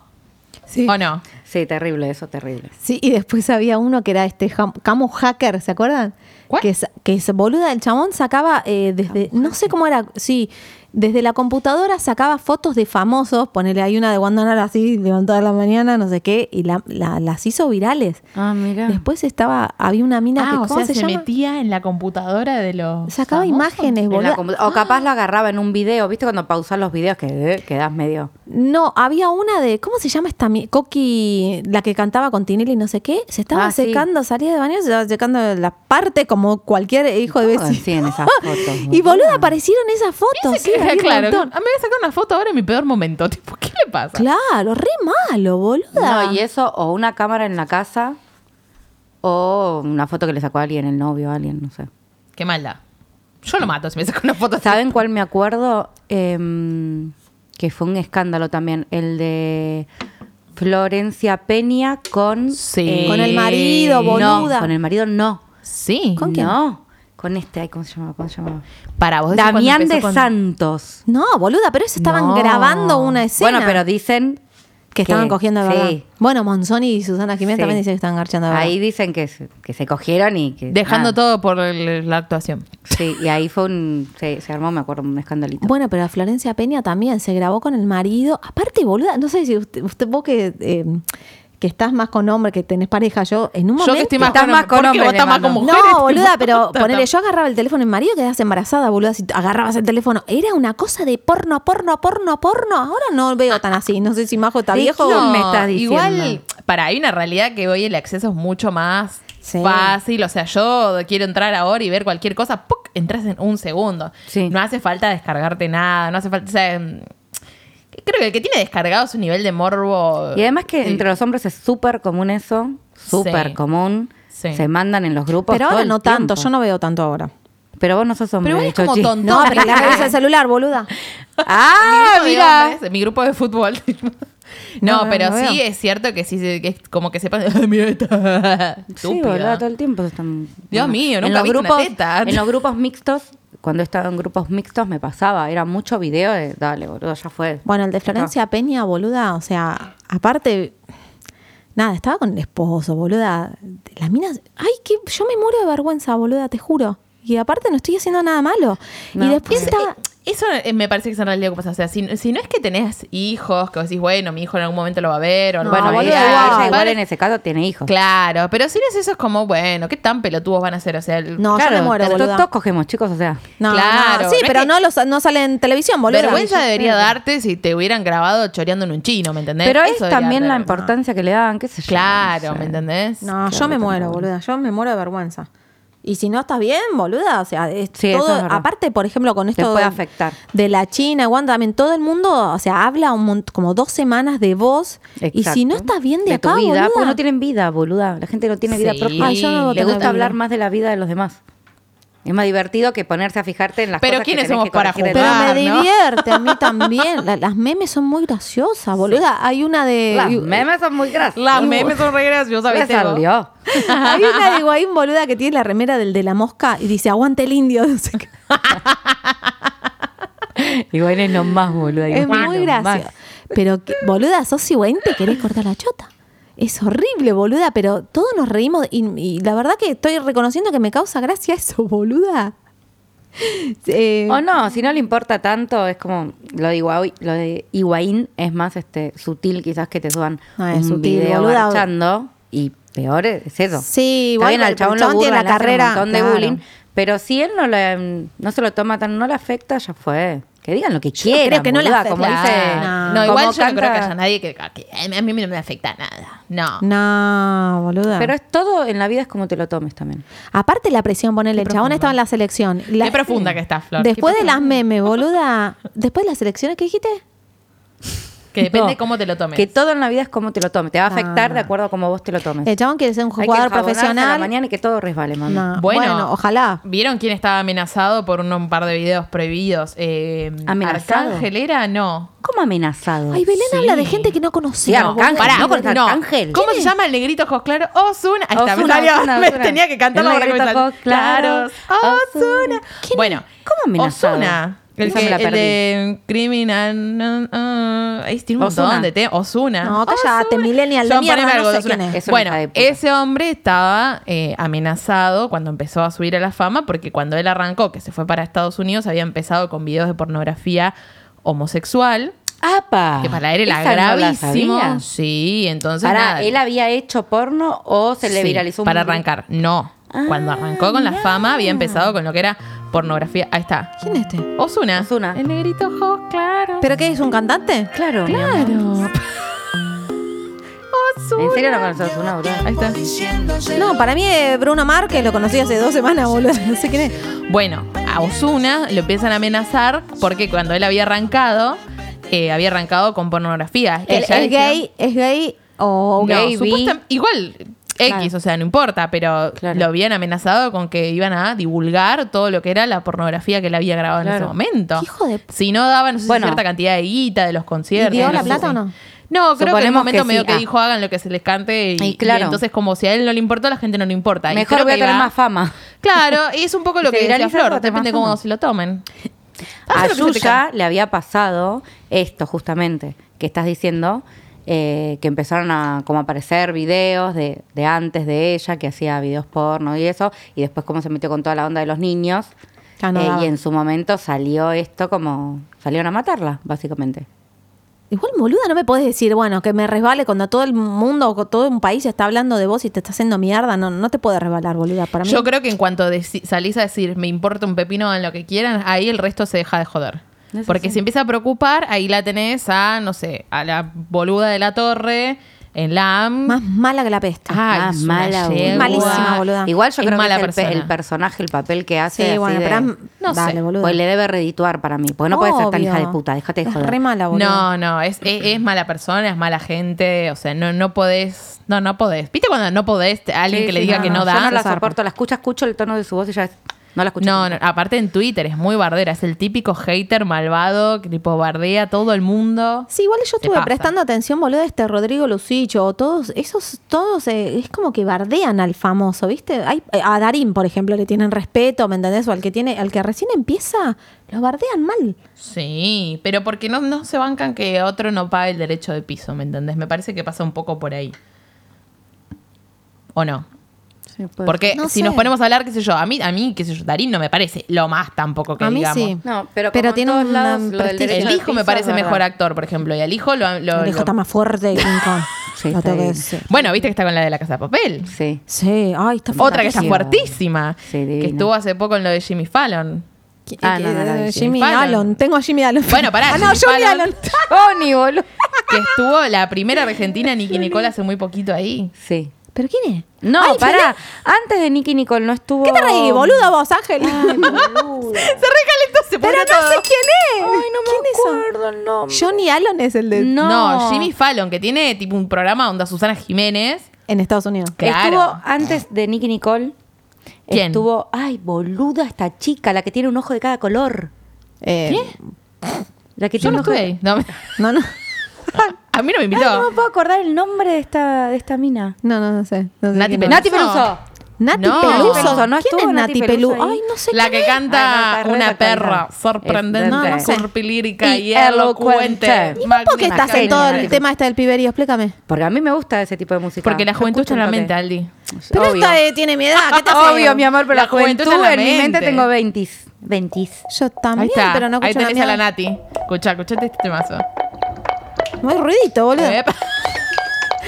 sí. ¿O no? Sí, terrible, eso terrible. Sí, y después había uno que era este jam- Camo Hacker, ¿se acuerdan? ¿Cuál? Que, sa- que es boluda, el chabón sacaba eh, desde, no sé cómo era, sí, desde la computadora sacaba fotos de famosos, ponele ahí una de Wanda así, levantada a la mañana, no sé qué, y la- la- las hizo virales. Ah, mira. Después estaba, había una mina que, Ah, o ¿cómo sea, se, se, llama? metía en la computadora de los. Sacaba famosos. imágenes, En la boluda. compu- o capaz lo agarraba en un video, ¿viste? Cuando pausas los videos que eh, quedás medio. No, había una de, ¿cómo se llama esta? mi- Coqui, la que cantaba con Tinelli, no sé qué, se estaba Ah, sí. secando, salía de baño, se estaba secando la parte como cualquier hijo de Todo vecino. así en esas fotos, y boluda, boluda. aparecieron esas fotos. Dice Sí, que- había un claro, montón. ah, me voy a sacar una foto ahora en mi peor momento. Tipo, ¿qué le pasa? Claro, re malo, boluda. Eh, No, y eso, o una cámara en la casa, o una foto que le sacó a alguien, el novio, a alguien, no sé. Qué maldad. Yo lo mato si me saco una foto. así. ¿Saben cuál me acuerdo? Em, que fue un escándalo también, el de Florencia Peña con... eh, Sí. Con el marido, no, boluda. con el marido no. Sí. ¿Con quién? No, con este, ay, ¿cómo se llamaba? ¿Cómo se llamaba? Para vos. decís cuando Damián empezó de con- Santos. No, boluda, pero eso estaban No. grabando una escena. Bueno, pero dicen... que estaban cogiendo de verdad. sí, Bueno, Monzoni y Susana Jiménez Sí. también dicen que estaban garchando de verdad. Ahí dicen que, se- que se cogieron y que... Dejando nada. Ah. todo por el- la actuación. Sí, y ahí fue un... Se, se armó, me acuerdo, un escandalito. Bueno, pero a Florencia Peña también se grabó con el marido. Aparte, boluda, no sé si usted, usted vos que, eh, que estás más con hombre, que tenés pareja, yo en un Yo momento. que estoy más Estás con, más con ¿por qué hombres, vos estás más Leandro. con mujeres. No, boluda, Tipo, pero ta, ta. ponele, yo agarraba el teléfono en marido, quedabas embarazada, boluda, si agarrabas el teléfono. Era una cosa de porno, porno, porno, porno. Ahora no veo tan así. No sé si Majo está Sí, viejo. no. o- me estás diciendo? Igual, para, hay una realidad que hoy el acceso es mucho más Sí. fácil. O sea, yo quiero entrar ahora y ver cualquier cosa, ¡puc! entras en un segundo. Sí. No hace falta descargarte nada, no hace falta. O sea, mm, Creo que el que tiene descargado su nivel de morbo. Y además que eh, Sí. entre los hombres es súper común eso, súper Sí. común. Sí. Se mandan en los grupos. Pero todo ahora el no tanto, tiempo. yo no veo tanto ahora. Pero vos no sos hombre. Pero vos eres Chochi. como tonto. No, pero la revisa el celular, boluda. Ah, Mi grupo de mira. hombres, mi grupo de fútbol. No, no, no, pero no sí veo. es cierto que sí, se- que es como que sepan. "Ah, mira esta Sí, estúpida". boludo, todo el tiempo están. Dios mío, nunca los viste una grupos, teta. En los grupos mixtos, cuando estaba en grupos mixtos me pasaba, era mucho video de dale, boludo, ya fue. Bueno, el de Florencia Peña, boluda, o sea, aparte, nada, estaba con el esposo, boluda. Las minas, ay, que yo me muero de vergüenza, boluda, te juro. Y aparte no estoy haciendo nada malo. No. y después Es- estaba... Eso eh, me parece que es en realidad lo que pasa. O sea, si, si no es que tenés hijos, que vos decís, bueno, mi hijo en algún momento lo va a ver, o No, lo bueno, van a igual, boludo, mirar, ella sus igual padres- en ese caso tiene hijos. Claro, pero si no es eso, es como, bueno, ¿qué tan pelotudos van a ser? O sea, el- No, yo me muero, to- boluda. todos cogemos, chicos, o sea. No, Claro, no, sí, no es pero que- no, los, no sale en televisión, boluda. vergüenza Yo- debería darte si te hubieran grabado choreando en un chino, ¿me entendés? Pero es Eso debería también la darte. importancia que le dan, qué sé yo. Claro, no sé. ¿me entendés? No, yo me muero, boluda. Yo me muero de vergüenza. Y si no estás bien, boluda, o sea, es Sí, eso todo, es verdad. aparte, por ejemplo, con esto Te puede de- afectar. de la China, Wanda, también todo el mundo, o sea, habla un mont- como dos semanas de vos. Y si no Exacto. estás bien de, tu acá, vida, boluda, porque no tienen vida, boluda. La gente no tiene vida Sí. propia. Ay, yo no Le tengo gusta vida. hablar más de la vida de los demás. Es más divertido que ponerse a fijarte en las Pero cosas que ¿quiénes tenés somos que para corregir de pero tu vida. jugar, me ¿no? divierte a mí también. La- las memes son muy graciosas, boluda. Hay una de. Las memes son muy graciosas. Las memes son reglas, yo Me sabía. Uh. salió. Hay una de Higuaín, boluda, que tiene la remera del de la mosca y dice, aguante el indio. no sé qué. Y bueno, es nomás, boluda. Es muy gracioso. Pero, que- boluda, sos Higuaín, te querés cortar la chota. Es horrible, boluda, pero todos nos reímos y, y la verdad que estoy reconociendo que me causa gracia eso, boluda. Eh, O no, si no le importa tanto, es como lo de Higuaín, lo de Higuaín es más este sutil quizás que te suban No, es un sutil, video boluda. garchando, y peor es eso. Sí, igual Está bien, el- al el chabón, chabón lo tiene burlan, la le hacen carrera, un montón de claro. bullying, pero si él no, lo- no se lo toma tan, no le afecta, ya fue. Que digan lo que quieran, creo que no le boluda, afecta. como dice, No, como igual yo no canta- creo que haya nadie que, que a mí no me afecta nada. No. No, boluda. Pero es todo en la vida es como te lo tomes también. Aparte la presión, ponele, el chabón estaba en la selección. La- Qué profunda que estás, Flor. Después Qué de las memes, boluda. Después de las elecciones, ¿qué dijiste? Que depende No, cómo te lo tomes. Que todo en la vida es como te lo tomes. Te va a afectar No. de acuerdo a cómo vos te lo tomes. El chabón quiere ser Ah. un Hay que jugador enjabonarse A la profesional. mañana y que todo resbale, mami. No, Bueno. bueno, ojalá. ¿Vieron quién estaba amenazado por un, un par de videos prohibidos? Eh, ¿Amenazado? ¿Arcángel era? No. ¿Cómo amenazado? Ay, Belén Sí. habla de gente que no Sí, conocía. Arcángel, boluda. Pará, no contra Arcángel. ¿Cómo ¿Quién se es? llama el negrito ojos claros? Osuna. Ahí está, me Ozuna, salió. Ozuna, Me Ozuna. tenía que cantar El para que me negrito salió. ojos claros. Ozuna. Ozuna. ¿Quién- Bueno. cómo amenazado? Ozuna. El, Esa me que- la el perdí. de Criminal. no, ah, ahí tiene un Ozuna. montón de te. Ozuna. No, callate, Ozuna. millennial de John, mierda, poneme no algo de sé quién Ozuna. es. Es una Bueno, hija de puta. ese hombre estaba eh, amenazado cuando empezó a subir a la fama porque cuando él arrancó, que se fue para Estados Unidos, había empezado con videos de pornografía homosexual. ¡Apa! Que para él era Esa no la gravísimo. sabía. sí, entonces Pará, nada. ¿él había hecho porno o se le Sí, viralizó un Para arrancar, no. Cuando Ah, arrancó con la mirá. fama, había empezado con lo que era pornografía. Ahí está. ¿Quién es este? Osuna. Ozuna. El negrito ojos claro. ¿Pero qué es un cantante? Claro. Claro. Ozuna. ¿En serio no conoces una, boludo? Ahí está. No, para mí eh, Bruno Márquez lo conocí hace dos semanas, boludo. No sé quién es. Bueno, a Osuna lo empiezan a amenazar porque cuando él había arrancado, eh, había arrancado con pornografía. Es que ¿El, ya el decían- gay es gay o No, gay, bi. supuesta- igual X, Claro. o sea, no importa, pero Claro. lo habían amenazado con que iban a divulgar todo lo que era la pornografía que él había grabado en Claro. ese momento. ¿Qué hijo de p- Si no daban no sé si Bueno. cierta cantidad de guita de los conciertos. ¿Y dio no la sé plata si- o no? No, creo que en un Suponemos momento que medio sí. que Ah. dijo hagan lo que se les cante y, Y y claro. entonces como si a él no le importó, a la gente no le importa. Y Mejor creo voy a que tener iba- más fama. Claro, y es un poco lo Se que decía viraliza Flor, porque depende más cómo fama. se lo tomen. Ah, A Haz lo que se te Yuya le había pasado esto justamente que estás diciendo, eh, que empezaron a como aparecer videos de, de antes de ella, que hacía videos porno y eso, y después cómo se metió con toda la onda de los niños. Ya no Eh, daba. y en su momento salió esto como, salieron a matarla, básicamente. Igual, boluda, no me podés decir, bueno, que me resbale cuando todo el mundo o todo un país está hablando de vos y te está haciendo mierda. No, no te puede resbalar, boluda. Para mí. Yo creo que en cuanto deci- salís a decir me importa un pepino en lo que quieran, ahí el resto se deja de joder. No es Porque así. si empieza a preocupar, ahí la tenés a, no sé, a la boluda de la torre, en la AM. Más mala que la peste. Ay, Ah, es una mala, yegua. Malísima, boluda. Igual yo Es creo mala que es el pe- el, persona. personaje, el papel que hace. Sí, así bueno, de- pero am- No sé. dale, boludo. Pues le debe redituar para mí. Pues no puede ser tan hija de puta, déjate de Es joder. re mala, boludo. No, no, es, es, es mala persona, es mala gente, o sea, no, no podés, no, no podés. ¿Viste cuando no podés a alguien Sí, que le sí, diga que no, Yo da? no la Zarpa. soporto, la escucho, escucho el tono de su voz y ya es. No la escucho. No, no, aparte en Twitter es muy bardera, es el típico hater malvado que tipo bardea a todo el mundo. Sí, igual yo Se estuve pasa. prestando atención, boludo, a este Rodrigo Lucicho, o todos, esos, todos, eh, es como que bardean al famoso, ¿viste? Hay, eh, a Darín, por ejemplo, le tienen respeto, ¿me entendés? O al que tiene, al que recién empieza, lo bardean mal. Sí, pero porque no, no se bancan que otro no pague el derecho de piso, ¿me entendés? Me parece que pasa un poco por ahí. ¿O no? pues. Porque Pues, No si sé. nos ponemos a hablar, qué sé yo, a mí, a mí, qué sé yo, Darín no me parece lo más tampoco que a mí digamos. sí. No, pero como en tiene todos un lados, lo del prestigio. derecho El de hijo me piso, parece es mejor verdad. actor, por ejemplo, y al hijo lo... lo- El hijo lo- está más fuerte que King Kong. Sí, Lo está tengo que bien. decir. Bueno, viste que está con la de la casa de papel. Sí. Sí, ay, está Otra que está Fuertísima. fuertísima. Sí, que divina. estuvo hace poco en lo de Jimmy Fallon. fuerte. Ah, no, no, no, Jimmy eh, Jimmy Fallon. Allen. Tengo a Jimmy Allen. Bueno, pará, Ah, no, Jimmy Jimmy Fallon. Allen. Tony, Oh, boludo. Que estuvo la primera argentina, Nicky Nicole, hace muy poquito ahí. Sí. ¿Pero quién es? No, Ay, pará. Fede- Antes de Nicky Nicole no estuvo. ¿Qué te reí, Oh. boluda vos, Ángel? Se recalentó, se Pero pone no todo. sé quién es. Ay, no me ¿Quién es eso? acuerdo el nombre. Johnny Allen es el de. No. No, Jimmy Fallon, que tiene tipo un programa onda Susana Jiménez. En Estados Unidos. Claro. Estuvo antes de Nicky Nicole. ¿Quién? Estuvo. Ay, boluda, esta chica, la que tiene un ojo de cada color. Eh, La que Yo tiene no un ojo estuve de- ahí. No, me- No, no. a mí no me Ay, Ah, no invitó. me puedo acordar el nombre de esta, de esta mina. No, no, no sé. No sé Nati quién es. Peluso. Nati Peluso. Nati No. Peluso. Nati Peluso, ¿Quién ¿no estuvo es Nati Nati Peluso Peluso? ahí? Ay, no sé La quién que es. canta Ay, no, está re una perra desactualizada. sorprendente, Es- no, no sé. curpilírica y Y elocuente. elocuente. ¿Y ¿Y vos ¿Por qué magnífica. estás en todo el Genial. tema este del piberío? Explícame. Porque a mí me gusta ese tipo de música. Porque la Lo juventud está escucho en la un toque. mente, Aldi. Pero Obvio. esta eh, tiene mi edad. ¿Qué te hace? Obvio, mi amor, pero La la, juventud juventud, está en la en mi mente mente. tengo 20. 20. Yo también, pero no Ahí escucho una tenés a la mierda. Nati. Escucha, escuchate este temazo. No hay ruidito, boludo. Epa.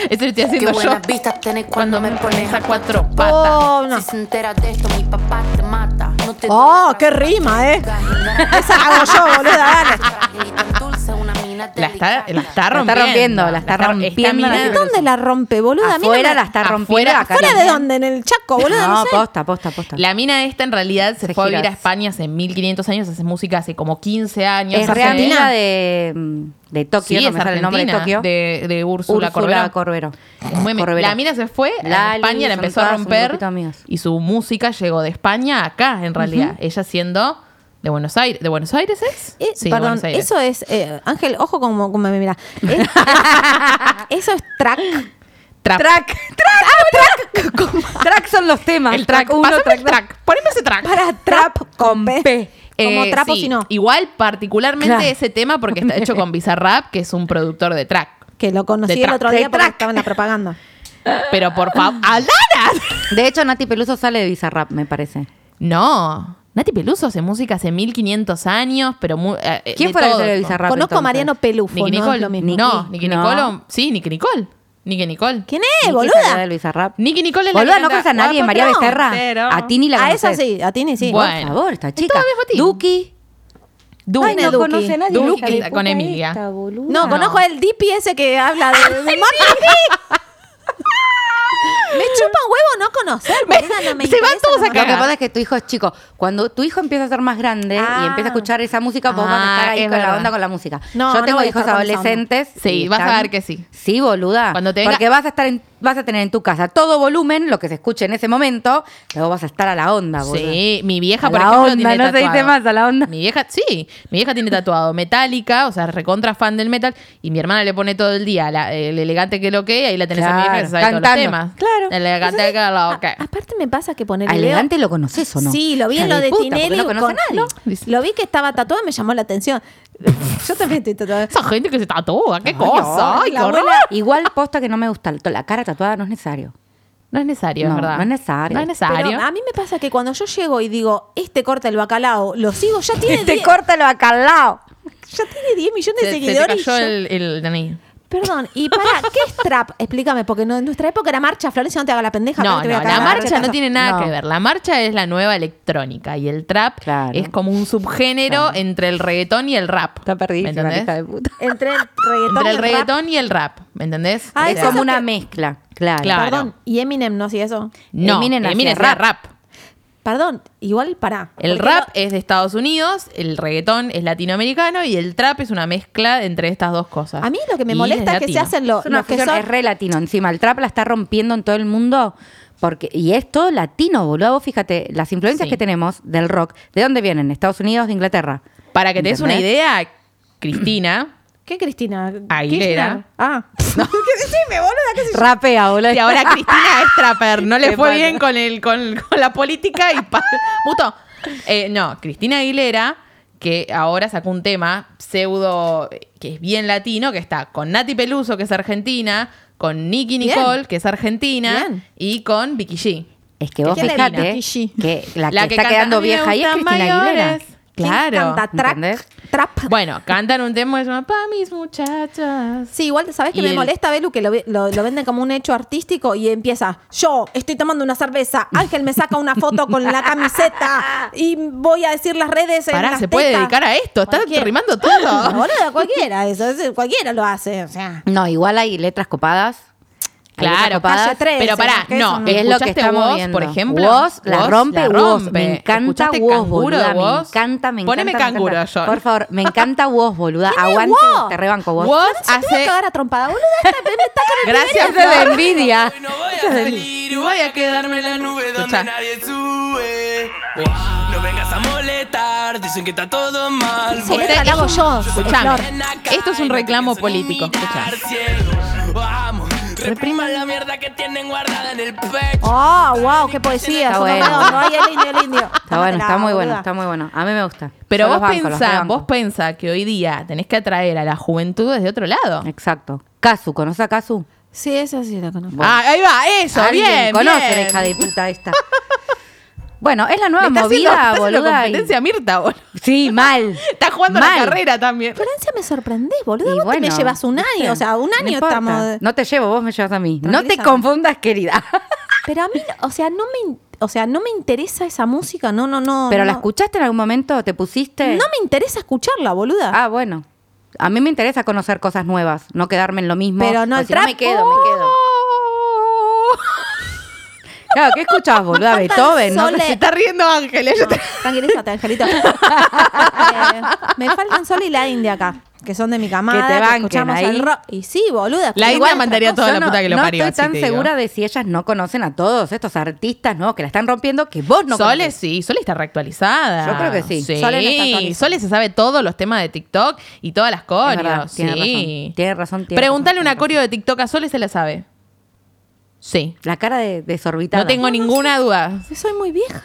Eso lo estoy Qué haciendo yo. buenas vistas tenés Cuando me pones a cuatro patas. Oh, no. Si se entera de esto, mi papá te mata. No te Oh, doy otra qué rima, eh. gallina. Esa la hago yo, boluda, dale. Frágil y tan dulce, una mina La está, la está La rompiendo. está rompiendo, la está esta rompiendo la mina- ¿Y Nati dónde la rompe, boluda? A mí no Afuera me- la está afuera- rompiendo. acá ¿Fuera de también. dónde? ¿En el Chaco, boludo? No, No, sé. posta, posta, posta. La mina esta en realidad se, Se fue a vivir a giras. España hace 1500 años, hace música hace como 15 años. es hace- re amiga argentina. de, mm, de Tokio, Sí, no es me sale el nombre de argentina, Tokio. De, de Úrsula, Úrsula Corberó. Corberó. Muy me- Corberó. La mina se fue a Lali, España, la son empezó a todas un romper grupito de amigas. y su música llegó de España a acá, en realidad. Ella siendo de Buenos Aires. ¿De Buenos Aires es? Eh, Sí, de perdón, Buenos Aires. eso es. eh, Ángel, ojo como, como me mira. Es- eso es track. Trap. Track, track, track. Track son los temas. El track. uno, Pásame track, el dos. track. Poneme ese track. Para trap con P. Como Eh, trapo sí. si no. Igual, particularmente Claro. ese tema, porque está hecho con Bizarrap, que es un productor de track. Que lo De conocí el track, otro de día porque track. estaba en la propaganda. Pero por favor. ¡Aldana! De hecho, Nati Peluso sale de Bizarrap, me parece. No. Nati Peluso hace música hace 1500 años, pero muy, eh, eh, ¿Quién de fue la que todo. salió de Bizarrap? Conozco a entonces? Mariano Pelufo, Nicky no Nicole. es lo mismo. No, Nicky No. Nicole. o- Sí, Nicky Nicole. Nicky Nicole. ¿Quién es, Nicky salió de boluda? Bizarrap. Nicky Nicole es la Boluda, que no canta conoces a nadie. Guapa, María pero- Becerra. pero- A Tini la a esa conoces. sí, a Tini sí. Bueno. Por favor, esta chica. todo mismo team. Duki. Duki. Ay, no Duki. conoce a nadie. Duki, hija de la- con puta Emilia. esta, boluda. No, No. conozco el Dipi ese que habla Ah, de. de- Me chupa un huevo no conocer, boluda, no me se van interesa, todos no me- a Lo que cagar. pasa es que tu hijo es chico. Cuando tu hijo empieza a ser más grande Ah. y empieza a escuchar esa música, vos Ah, vas a estar ahí es con verdad. la onda con la música. No, Yo no tengo voy a hijos estar con esa onda. adolescentes. Sí, y vas a ver que sí. Sí, boluda. Cuando te venga- Porque vas a estar en- vas a tener en tu casa todo volumen, lo que se escuche en ese momento, luego vas a estar a la onda, boluda. Sí, mi vieja, A por la ejemplo, onda, tiene no se tatuado. dice más, a la onda. Mi vieja, sí, mi vieja tiene tatuado Metallica, o sea, recontra fan del metal, y mi hermana le pone todo el día la- el elegante que lo que, y ahí la tenés a mi vieja que se sabe todos Claro, los cantando. temas. Claro. ah, El elegante que lo que. A- Aparte me pasa que poner A Elegante lo conoces o no? Sí, lo vi Hija en lo de puta, porque Tinelli. No conoce con- a nadie. no, lo vi que estaba tatuado, me llamó la atención. Yo también estoy tatuada. Esa gente que se tatúa, qué cosa, ay, qué la horror. abuela- Igual posta que no me gusta. La cara tatuada no es necesario. No es necesario, es No, verdad. no es necesario. No es necesario. Pero ah, a mí me pasa que cuando yo llego y digo, este corta el bacalao, lo sigo, ya tiene 10 corta el bacalao. ya tiene 10 millones se, de Este se te seguidores. cayó y yo- el, el DNI. Perdón, y para, ¿qué es trap? Explícame, porque no- en nuestra época era marcha, Florencia, no te haga la pendeja. No, que te voy no, a la cagar a marcha no retazo. tiene nada No. que ver. La marcha es la nueva electrónica y el trap Claro. es como un subgénero entre el reggaetón y el rap. Está ¿Me perdida, entendés? hija de puta. Entre el reggaetón Entre y el rap. reggaetón y el rap, ¿me entendés? Ah, O es eso sea, como que- una mezcla, claro. Claro. Perdón, y Eminem no hacía eso. no, Eminem Eminem, hacía hacía rap. rap. Perdón, igual para. El rap es de Estados Unidos, el reggaetón es latinoamericano y el trap es una mezcla entre estas dos cosas. A mí lo que me Y molesta es que se latino. hacen los Es una que fusión, son. es re latino. Encima, el trap la está rompiendo en todo el mundo. Porque, y es todo latino, boludo. Vos fíjate, las influencias Sí. que tenemos del rock, ¿de dónde vienen? ¿Estados Unidos, de Inglaterra? Para que te des una ¿Entendés? idea, Cristina, ¿Qué Cristina? Aguilera. Kirchner. Ah. ¿Qué decime, boluda? ¿Qué sé yo? Rapea, boludo. y ahora Cristina es trapper, no le Qué fue palo. bien con, el, con, con la política y... pa- Muto. Eh, no, Cristina Aguilera, que ahora sacó un tema pseudo, eh, que es bien latino, que está con Nati Peluso, que es argentina, con Nicky Bien. Nicole, que es argentina, Bien. y con Vicky G. Es que vos ¿Qué le fíjate vino? que la que, La que está canta, "A quedando mí me vieja ahí es gustan Cristina Aguilera. mayores". ¿Quién Claro. canta track- ¿entendés? trap? Bueno, cantan un tema que se llama Pa' mis muchachas. Sí, igual sabes que Y me el- molesta, Belu, que lo, ve- lo- lo venden como un hecho artístico y empieza, yo estoy tomando una cerveza, Ángel me saca una foto con la camiseta y voy a decir las redes en Pará, las se puede tetas". dedicar a esto, está Cualquiera. rimando No, todo. boluda, cualquiera eso, es- cualquiera lo hace, o sea. No, igual hay letras copadas. Hay letras Claro, copadas. Calle tres, pero pará, que eso no, no. Y es lo que escuchaste estamos vos, viendo. por ejemplo. Vos la Vos rompe, la vos. rompe. Me encanta ¿Escuchaste vos, Canguro de boluda. Me vos? encanta, me encanta. Poneme me encanta. canguro, John. Por favor, me encanta vos, boluda. ¿Quién es Aguante vos? vos, te rebanco vos. Vos No se te va a hace. cagar atrompada, boluda, esta me está con el Gracias Hace de envidia. Hoy no voy a salir, voy a quedarme en la nube donde Escuchá. nadie sube. No vengas a molestar, dicen que está todo mal. Sí, Bueno, pero la hago yo, Escuchame, Flor. esto es un reclamo político. escuchá. Vamos, repriman la mierda que tienen guardada en el pecho. Oh, wow, qué poesía. Está Son bueno. dos, no hay el indio, el indio. Está bueno, está Tómatela, muy bueno, boluda. está muy bueno. A mí me gusta. Pero Yo vos los banco, los pensá, rebanco. vos pensá que hoy día tenés que atraer a la juventud desde otro lado. Exacto. Kazu, ¿conoces a Kazu? Sí, esa sí la conozco. Ah, ahí va, eso, Alguien bien. Conoce bien. la hija de puta esta. Bueno, es la Le nueva está haciendo- movida, está haciendo boluda. y- competencia a Mirta, boludo. Sí, mal. Está jugando Mal. la carrera también. Florencia, me sorprendés, boludo. Y Vos te me bueno, llevas un ¿viste? año, o sea, un No año importa. estamos. No te llevo, vos me llevas a mí. No te Tranquilízate. confundas, querida. Pero a mí, o sea, no me, in- o sea, no me interesa esa música, no, no, no. ¿Pero no, la escuchaste en algún momento? ¿Te pusiste? No me interesa escucharla, boluda. Ah, bueno. A mí me interesa conocer cosas nuevas, no quedarme en lo mismo. Pero no o el si no, me trap. quedo, me quedo. Claro, ¿qué escuchás, boluda? Me encanta Beethoven, el ¿no? sol, Se está riendo Ángeles. yo te- Tranquilízate, Angelito. Eh, me faltan Sol y la India acá, que son de mi camada. Que te banquen escuchamos ahí. el rock. Y sí, boluda. escuchamos La India otra mandaría cosa. toda Yo la puta que lo no parió, estoy así tan te digo. segura de si ellas no conocen a todos estos artistas nuevos que la están rompiendo que vos no Sole conoces. sí, Sole está reactualizada. Yo creo que sí. Sole Sole, no está actualizada. se sabe todos los temas de TikTok y todas las Es verdad, coreos. tiene sí. razón, tiene razón, tiene Pregúntale razón, una tiene coreo de TikTok a Sole se la sabe. Sí. La cara de desorbitada. No tengo ninguna duda. Yo Soy muy vieja.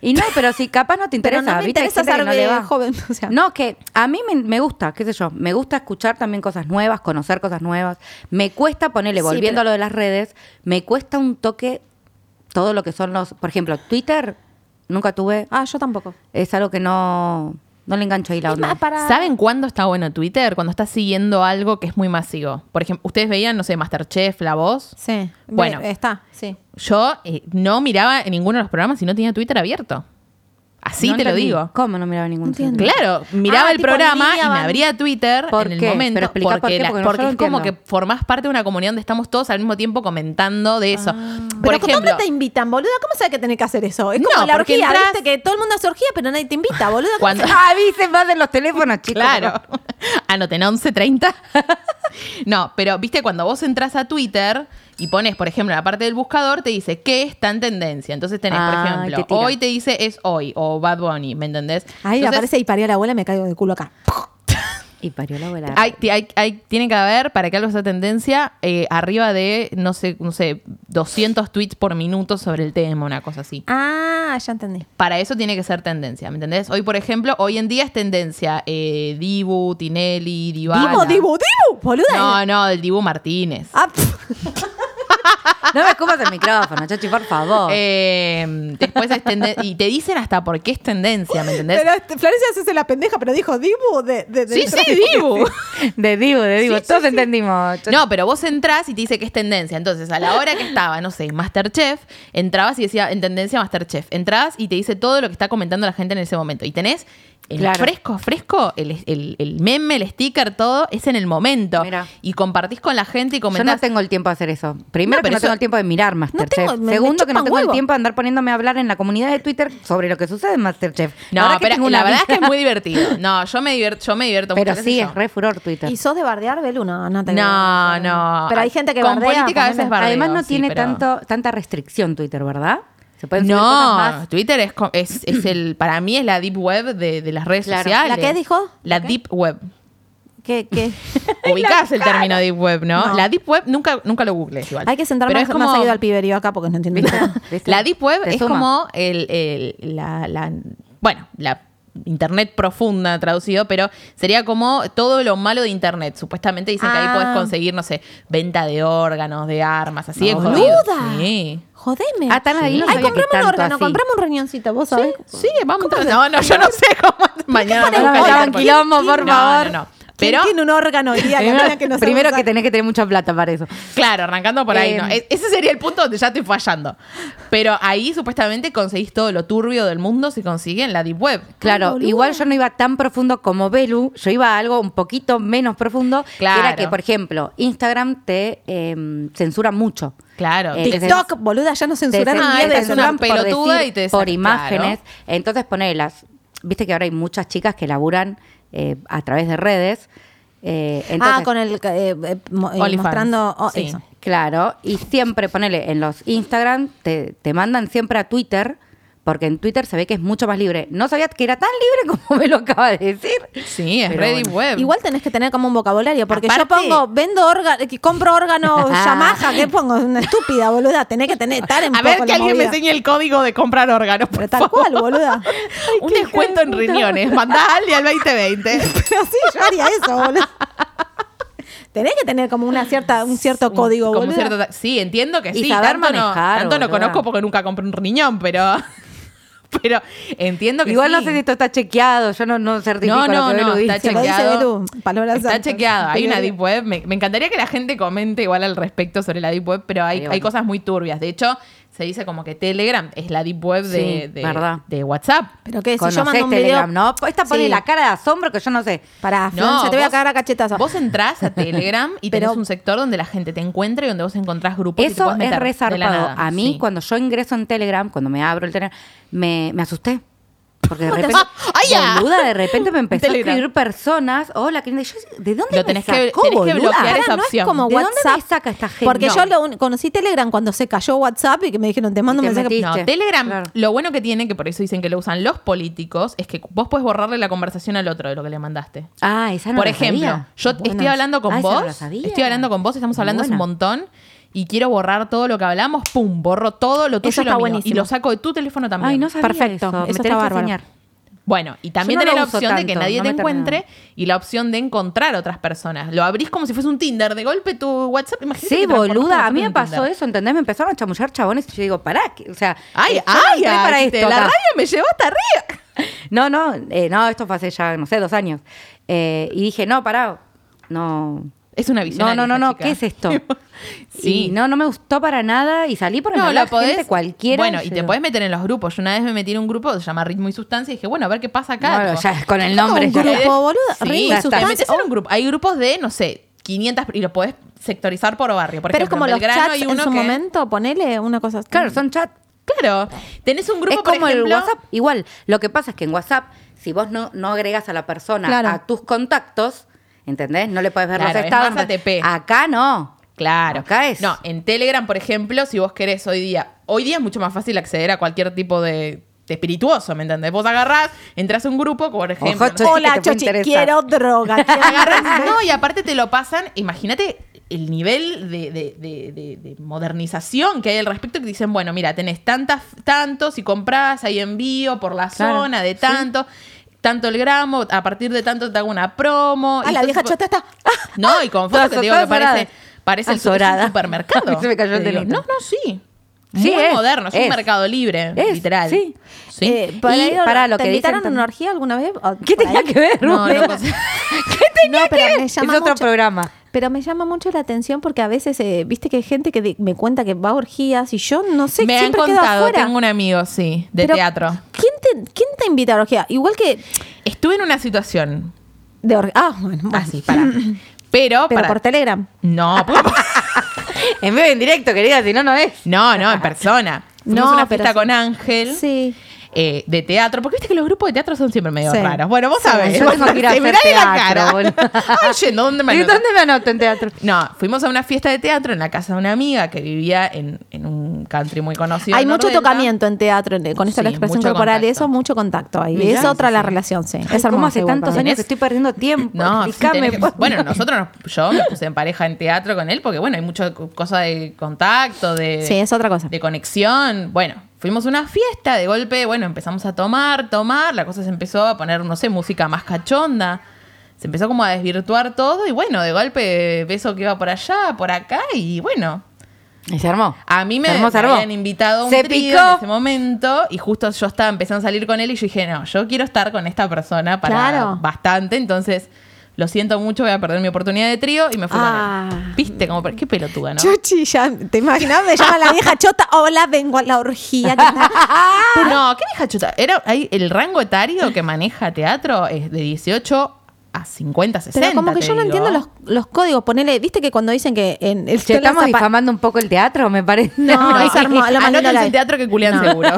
Y no, pero si capaz no te Pero interesa. no me ¿viste? Hay interesa gente que ser no le de va. joven, o sea. No, que a mí me, me gusta, qué sé yo, me gusta escuchar también cosas nuevas, conocer cosas nuevas. Me cuesta ponerle, Sí, pero- volviendo a lo de las redes, me cuesta un toque todo lo que son los, por ejemplo, Twitter, nunca tuve, Ah, yo tampoco. es algo que no, no le engancho ahí la Es más, onda. para. ¿Saben cuándo está bueno Twitter? Cuando estás siguiendo algo que es muy masivo. Por ejemplo, ustedes veían, no sé, Masterchef, La Voz. Sí. Bueno. Bueno. Está, sí. Yo eh, no miraba en ninguno de los programas y no tenía Twitter abierto. Así No te lo entendí. digo. ¿Cómo no miraba ningún entiendo. Twitter? Claro, miraba Ah, el tipo, en programa línea y me van. abría Twitter ¿Por en el qué? momento Pero explica por qué, la- porque no, yo no es como que entiendo. formás parte de una comunidad donde estamos todos al mismo tiempo comentando de eso. Ah. Por pero ejemplo, ¿dónde te invitan, boluda? ¿Cómo sabes que tenés que hacer eso? Es No, como la porque orgía, entras- ¿viste? Que todo el mundo hace orgía, pero nadie te invita, boluda. ¿Cómo Cuando- sabes? Ah, avisen más de los teléfonos, chicos. claro, anoten 11:30. no, pero viste cuando vos entras a Twitter y pones, por ejemplo, en la parte del buscador te dice qué está en tendencia. Entonces tenés, Ah, por te ejemplo, tira. hoy te dice es hoy o Bad Bunny, ¿me entendés? Ahí me Entonces, aparece y parió la abuela y me caigo de culo acá. Y parió la abuela. Hay, ti- hay- hay- tiene que haber, para que algo sea tendencia, eh, arriba de, no sé, no sé, 200 tweets por minuto sobre el tema, una cosa así. Ah, ya entendí. Para eso tiene que ser tendencia, ¿me entendés? Hoy, por ejemplo, hoy en día es tendencia eh, Dibu, Tinelli, Dybala. Dibu, Dibu, Dibu, boluda. No, no, del Dibu Martínez. Ah, pf. No me escupas el micrófono, Chachi, por favor. Eh, después es tenden- y te dicen hasta por qué es tendencia, ¿me entendés? Pero este, Florencia se hace la pendeja, pero dijo Dibu de, de, de sí, sí, Dibu. De Dibu, de Dibu. Todos entendimos. Chachi. No, pero vos entrás y te dice que es tendencia. Entonces, a la hora que estaba, no sé, Masterchef, entrabas y decía en tendencia Masterchef. Entrabas y te dice todo lo que está comentando la gente en ese momento. Y tenés el Claro. fresco, fresco, el, el- el meme, el sticker, todo, es en el momento. Mira. Y compartís con la gente y Yo comentás. no tengo el tiempo de hacer eso. No, Primero que pero no eso- tengo el tiempo de mirar Masterchef. tengo- me- me Segundo que no chupa tengo el huevo. tiempo de andar poniéndome a hablar en la comunidad de Twitter sobre lo que sucede en Masterchef. No, pero tengo la una verdad es que es vida- muy divertido. No, yo me divierto, yo me divierto mucho. Pero qué sé sí, yo. es re furor Twitter. ¿Y sos de bardear, Belu? No, no te creo. No, no. Pero hay gente que Con bardea. política a ponele. veces bardea. Además no sí, tiene pero- tanto, tanta restricción Twitter, ¿verdad? Se pueden subir No, cosas más. Twitter es, co- es, es el, para mí es la deep web de, de las redes Claro. sociales. ¿La qué dijo? La deep web. ¿Qué, qué? Ubicás el término deep web, ¿no? No. La deep web nunca, nunca lo googlees igual. Hay que sentarme Pero más, es como- más seguido al piberío acá porque no entiendo nada. ¿Viste? La deep web Te es suma. como el, el- la, la- bueno, la internet profunda traducido, pero sería como todo lo malo de internet. Supuestamente dicen que ahí Ah. podés conseguir, no sé, venta de órganos, de armas, así de jodido. ¡Boluda! Sí. Jodeme. Ah, tan ahí no Ay, sabía que comprame un tanto órgano, así. comprame un riñoncito, vos sabés. Sí, vamos. a No, no, yo no sé cómo. Mañana pone me un busca órgano? Interpol. Quilombo, por No, favor. No, no. ¿Quién Pero, tiene un órgano iría la mina que no sabe Primero que usar? tenés que tener mucha plata para eso. claro, arrancando por ahí, no. Eh, E- Ese sería el punto donde ya estoy fallando. Pero ahí supuestamente conseguís todo lo turbio del mundo, se consigue en la Deep Web. Claro, igual yo no iba tan profundo como Belu, yo iba a algo un poquito menos profundo, Claro. que era que, por ejemplo, Instagram te em, censura mucho. Claro. Eh, TikTok, boluda, ya no te censuraron Ah, ni censura- te de te censuran censuran censurar. por pelotuda decir, y te desen- por imágenes. claro. Entonces ponelas, viste que ahora hay muchas chicas que laburan eh, a través de redes. eh, entonces- Ah, con el eh, eh, mo- eh, OnlyFans. mostrando oh, Sí. eso. Claro, y siempre, ponele, en los Instagram te, te mandan siempre a Twitter, porque en Twitter se ve que es mucho más libre. No sabía que era tan libre como me lo acaba de decir. Sí, es Pero re bueno. Deep Web. Igual tenés que tener como un vocabulario, porque Aparte- yo pongo, vendo órgano, compro órgano Ah. Yamaha, ¿qué pongo? Una estúpida, boluda, tenés que tener, estar en A ver que alguien me enseñe el código de comprar órganos. por Pero tal favor. cual, boluda. Un descuento en riñones. Mandá al de al 2020. Pero sí, yo haría eso, boludo. Tenés que tener como una cierta, un cierto código, Como un boluda. cierto ta- sí, entiendo que Y sí. saber tanto no- manejar, tanto no boluda. conozco porque nunca compré un riñón, pero. Pero entiendo que Igual no sí. sé si esto está chequeado, yo no, no No, certifico no, lo que no, Belu está dice. Lo dice chequeado. Belu, palabras Está santas. chequeado. Hay una Pero- Deep Web. Me, me encantaría que la gente comente igual al respecto sobre la Deep Web, pero hay, Pero hay bueno. cosas muy turbias. De hecho, se dice como que Telegram es la Deep Web de, Sí, de- verdad. de WhatsApp. Pero qué, si yo Conocés mando un Telegram, video. ¿no? Esta pone Sí. la cara de asombro que yo no sé. Para, No, te voy a vos- cagar a cachetazo. Vos entrás a Telegram y tenés Pero- un sector donde la gente te encuentra y donde vos encontrás grupos. que te Eso podés es meter re de la zarpado. nada. A mí, Sí. cuando yo ingreso en Telegram, cuando me abro el Telegram, me, me asusté. Porque de repente, ¡Ay, Ah, ya! boluda, de repente me empezó a Telegram. escribir personas. Hola, querida. Yo, ¿De dónde Lo me tenés que- sacó, tenés que boluda? bloquear Pará, esa no es opción. como ¿De WhatsApp. dónde me saca esta gente? Porque yo lo un- conocí Telegram cuando se cayó WhatsApp y que me dijeron, te mando Y un te mensaje. metiste. No, Telegram, Claro. lo bueno que tiene, que por eso dicen que lo usan los políticos, es que vos puedes borrarle la conversación al otro de lo que le mandaste. Ah, esa no por la ejemplo, sabía. yo Buenas. estoy hablando con Ah, esa no la vos, sabía. estoy hablando con vos, estamos Muy hablando hace un buena. montón y quiero borrar todo lo que hablamos, pum, borro todo lo tuyo Eso y lo está mío, buenísimo. y lo saco de tu teléfono también. Ay, no sabía Perfecto, eso. eso Me está tenés que bárbaro. enseñar. Bueno, y también no tenés lo la uso opción de que tanto, nadie no te me termina. encuentre y la opción de encontrar otras personas. Lo abrís como si fuese un Tinder, de golpe tu WhatsApp, imagínate. Sí, que transformaste boluda, a WhatsApp mí en me un pasó Tinder. eso, ¿entendés? Me empezaron a chamullar chabones y yo digo, pará, que- o sea, Ay, eh, yo no ay, entré para ay, esto. te- la acá. rabia me llevó hasta arriba. No, no, eh, no, esto fue hace ya, no sé, dos años. Eh, y dije, no, pará, no. Es una visión. No, no, no, no, ¿qué es esto? sí. Y no, no me gustó para nada y salí por No, hablar lo podés. gente cualquiera. Bueno, y yo te digo, podés meter en los grupos. Yo una vez me metí en un grupo que se llama Ritmo y Sustancia y dije, bueno, a ver qué pasa acá. Bueno, Tipo, ya con el ¿Cómo nombre. un ya- grupo, boluda? Sí, Ritmo y ya está. Te sustancia. metes en Oh. un grupo. Hay grupos de, no sé, 500 y lo podés sectorizar por barrio. Por Pero es ejemplo, como en los Belgrano chats hay en uno su que- momento, ponele una cosa así. Claro, son chat. Claro. Tenés un grupo es como por el ejemplo, WhatsApp. Igual, lo que pasa es que en WhatsApp, si vos no, no agregas a la persona Claro. a tus contactos, ¿entendés? No le podés ver Claro, los es estados. más ATP. Acá no. Claro. Acá es. No, en Telegram, por ejemplo, si vos querés hoy día, hoy día es mucho más fácil acceder a cualquier tipo de, de espirituoso, ¿me entendés? Vos agarrás, entras a un grupo, por ejemplo. Chochi, que Hola, te puede Chochi, interesar. quiero droga. quiero- Agarrás- no, y aparte te lo pasan, imagínate el nivel de, de- de- de- de modernización que hay al respecto, que dicen, bueno, mira, tenés tantas, tanto, si comprás, hay envío por la Claro, zona, de sí. tanto, tanto el gramo, a partir de tanto te hago una promo. Ah, y la todo vieja tipo- chota está. No, y con fotos que Todas- te digo que todas parece, doradas. Parece el- es Azorada. un supermercado. Se me cayó el Te digo, delito. No, no, sí. Sí, Muy es, moderno, es, un es. mercado libre, Es, literal. sí. Sí. Eh, para Y ir a- para lo que ¿Te dicen invitaron a también- una orgía alguna vez? Oh, O- ¿Qué por tenía ahí. que ver? No, Pero- no, cos- ¿Qué tenía No, pero Eh, que ver? me llama es otro mucho- programa. Pero me llama mucho la atención porque a veces, eh, viste que hay gente que de- me cuenta que va a orgías y yo no sé, me han siempre quedo contado, afuera. tengo un amigo, sí, de Pero, teatro. ¿quién te, ¿Quién te invita a orgía? Igual que... Estuve en una situación De orgía. Ah, bueno. bueno. así, para. Pero, Pero pará. por Telegram. No, En vivo y en directo, querida, si no, no es. no, no, en persona. Fuimos No, a una pero fiesta sí. con Ángel. Sí. eh, de teatro, porque viste que los grupos de teatro son siempre medio Sí. raros. Bueno, vos Sí, sabés. yo tengo que ir a Te hacer mirás en la teatro, cara. boludo. Ay, yendo, ¿dónde me ¿Y anoto? dónde me anoto en teatro? No, fuimos a una fiesta de teatro en la casa de una amiga que vivía en, en un country muy conocido. Hay en mucho Nordelta. tocamiento en teatro, en- con esto de la Sí, expresión mucho corporal, contacto. eso, mucho contacto ahí. Mirá, es otra sí, la sí. relación, sí. Es Ay, ¿Cómo hermoso hace igual tantos para mí. años que estoy perdiendo tiempo? pues. No, sí, Explícame, tenés que- por bueno, favor. nosotros, nos- yo me puse en pareja en teatro con él porque, bueno, hay mucha co- cosa de contacto, de, Sí, es otra cosa. de conexión. Bueno, fuimos a una fiesta, de golpe, bueno, empezamos a tomar, tomar, la cosa se empezó a poner, no sé, música más cachonda. Se empezó como a desvirtuar todo y, bueno, de golpe, beso que iba por allá, por acá y, bueno, Y se armó. a mí me, Se armó, se me armó. habían invitado a un Se trío picó. en ese momento y justo yo estaba empezando a salir con él y yo dije, no, yo quiero estar con esta persona para Claro. bastante, entonces lo siento mucho, voy a perder mi oportunidad de trío y me fui con Ah. él. ¿Viste? Como, qué pelotuda, ¿no? Chuchi, ya, ¿te imaginas? Me llama la vieja chota. Hola, vengo a la orgía. ¿qué tal? No, ¿qué deja chuta? Era, ahí el rango etario que maneja teatro es de 18 a 50, 60. Pero como que te yo no digo. entiendo los, los códigos. Ponele, viste que cuando dicen que en el Che, te estamos lanza pa- difamando un poco el teatro, me parece. No, es hermoso. Lo mandé Anoten al ese aire. teatro que culean No. seguro.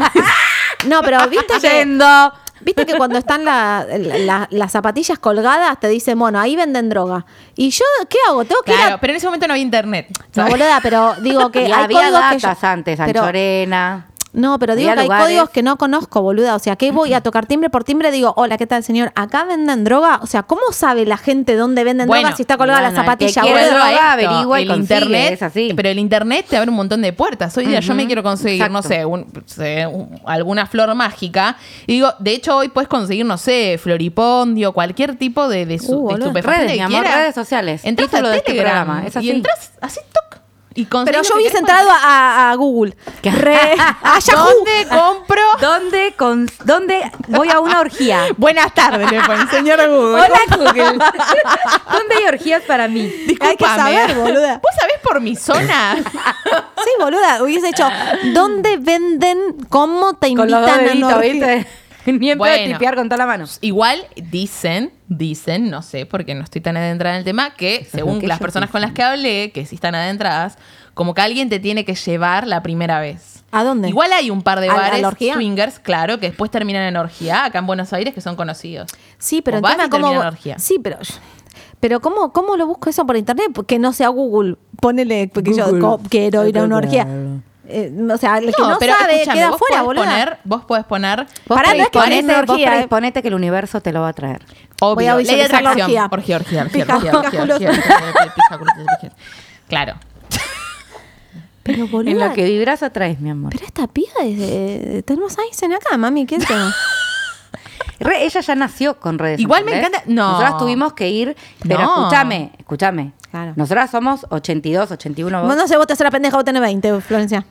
No, pero viste Ah, que, Yendo. viste que cuando están la- la- la- las zapatillas colgadas te dicen, bueno, ahí venden droga. ¿Y yo qué hago? Tengo que ir claro, a- pero en ese momento no había internet. No, ¿sabes? boluda, pero digo que hay Y había códigos que yo- datas antes, pero- Anchorena. No, pero digo Había que hay lugares. códigos que no conozco, boluda. O sea, que voy a tocar timbre por timbre, digo, hola, ¿qué tal, señor? ¿Acá venden droga? O sea, ¿cómo sabe la gente dónde venden Bueno, droga si está colgada bueno, la el que zapatilla, quiera boluda? droga, Esto, averigua y el consigue, internet, es así. Pero el internet te abre un montón de puertas. Hoy día yo me quiero conseguir, no exacto. sé, un- sé, un- alguna flor mágica. Y digo, de hecho, hoy puedes conseguir, no sé, floripondio, cualquier tipo de, de, su, Uh, de boludo. estupefaciente Redes, que mi amor, quieras. redes sociales. Entras Título a de este Telegram programa, es así. y entras así, toc. Y Pero conseguís lo yo que hubiese querés entrado a, a Google. Re, a Yahoo. ¿Dónde compro? ¿Dónde, con, ¿Dónde voy a una orgía? Buenas tardes, le ponen, señor Google. Hola, Google. ¿Dónde hay orgías para mí? Hay que saber, boluda. ¿Vos sabés por mi zona? Sí, boluda, hubiese hecho, ¿dónde venden? ¿Cómo te Con invitan los dos a deditos, no- ¿viste? Ni en pedo Bueno. tipear con toda la mano. Igual dicen, dicen, no sé, porque no estoy tan adentrada en el tema, que según las personas con las que hablé, que sí están adentradas, como que alguien te tiene que llevar la primera vez. ¿A dónde? Igual hay un par de ¿A la- a la bares orgía? swingers, claro, que después terminan en orgía, acá en Buenos Aires, que son conocidos. Sí, pero Vos el tema vas y cómo. termina en orgía. Sí, pero. Pero ¿cómo, ¿cómo lo busco eso por internet? Que no sea Google. Ponele, porque yo co- quiero ir a una orgía. Eh, o sea, el que no sabe escúchame, queda vos fuera, podés boluda. poner, vos podés poner Vos Pará, no es que Predisponete, parece vos orgía, eh. predisponete que el universo te lo va a traer. Obvio, Voy a ley de visualizar la atracción. orgía. Orgía, orgía, orgía, Pija- orgía, orgía, pijaculosa. orgía, orgía, pijaculosa. Claro. Pero boluda. En lo que vibras atraes, mi amor. Pero esta piba es de. Tenemos Einstein acá, mami, ¿qué es eso? Re- ella ya nació con redes Igual me encanta- no. Nosotras tuvimos que ir. Pero No. escúchame, escúchame. Claro. Nosotras somos 82, 81 vos, Vos no sé, vos te haces la pendeja, vos tenés 20, Florencia.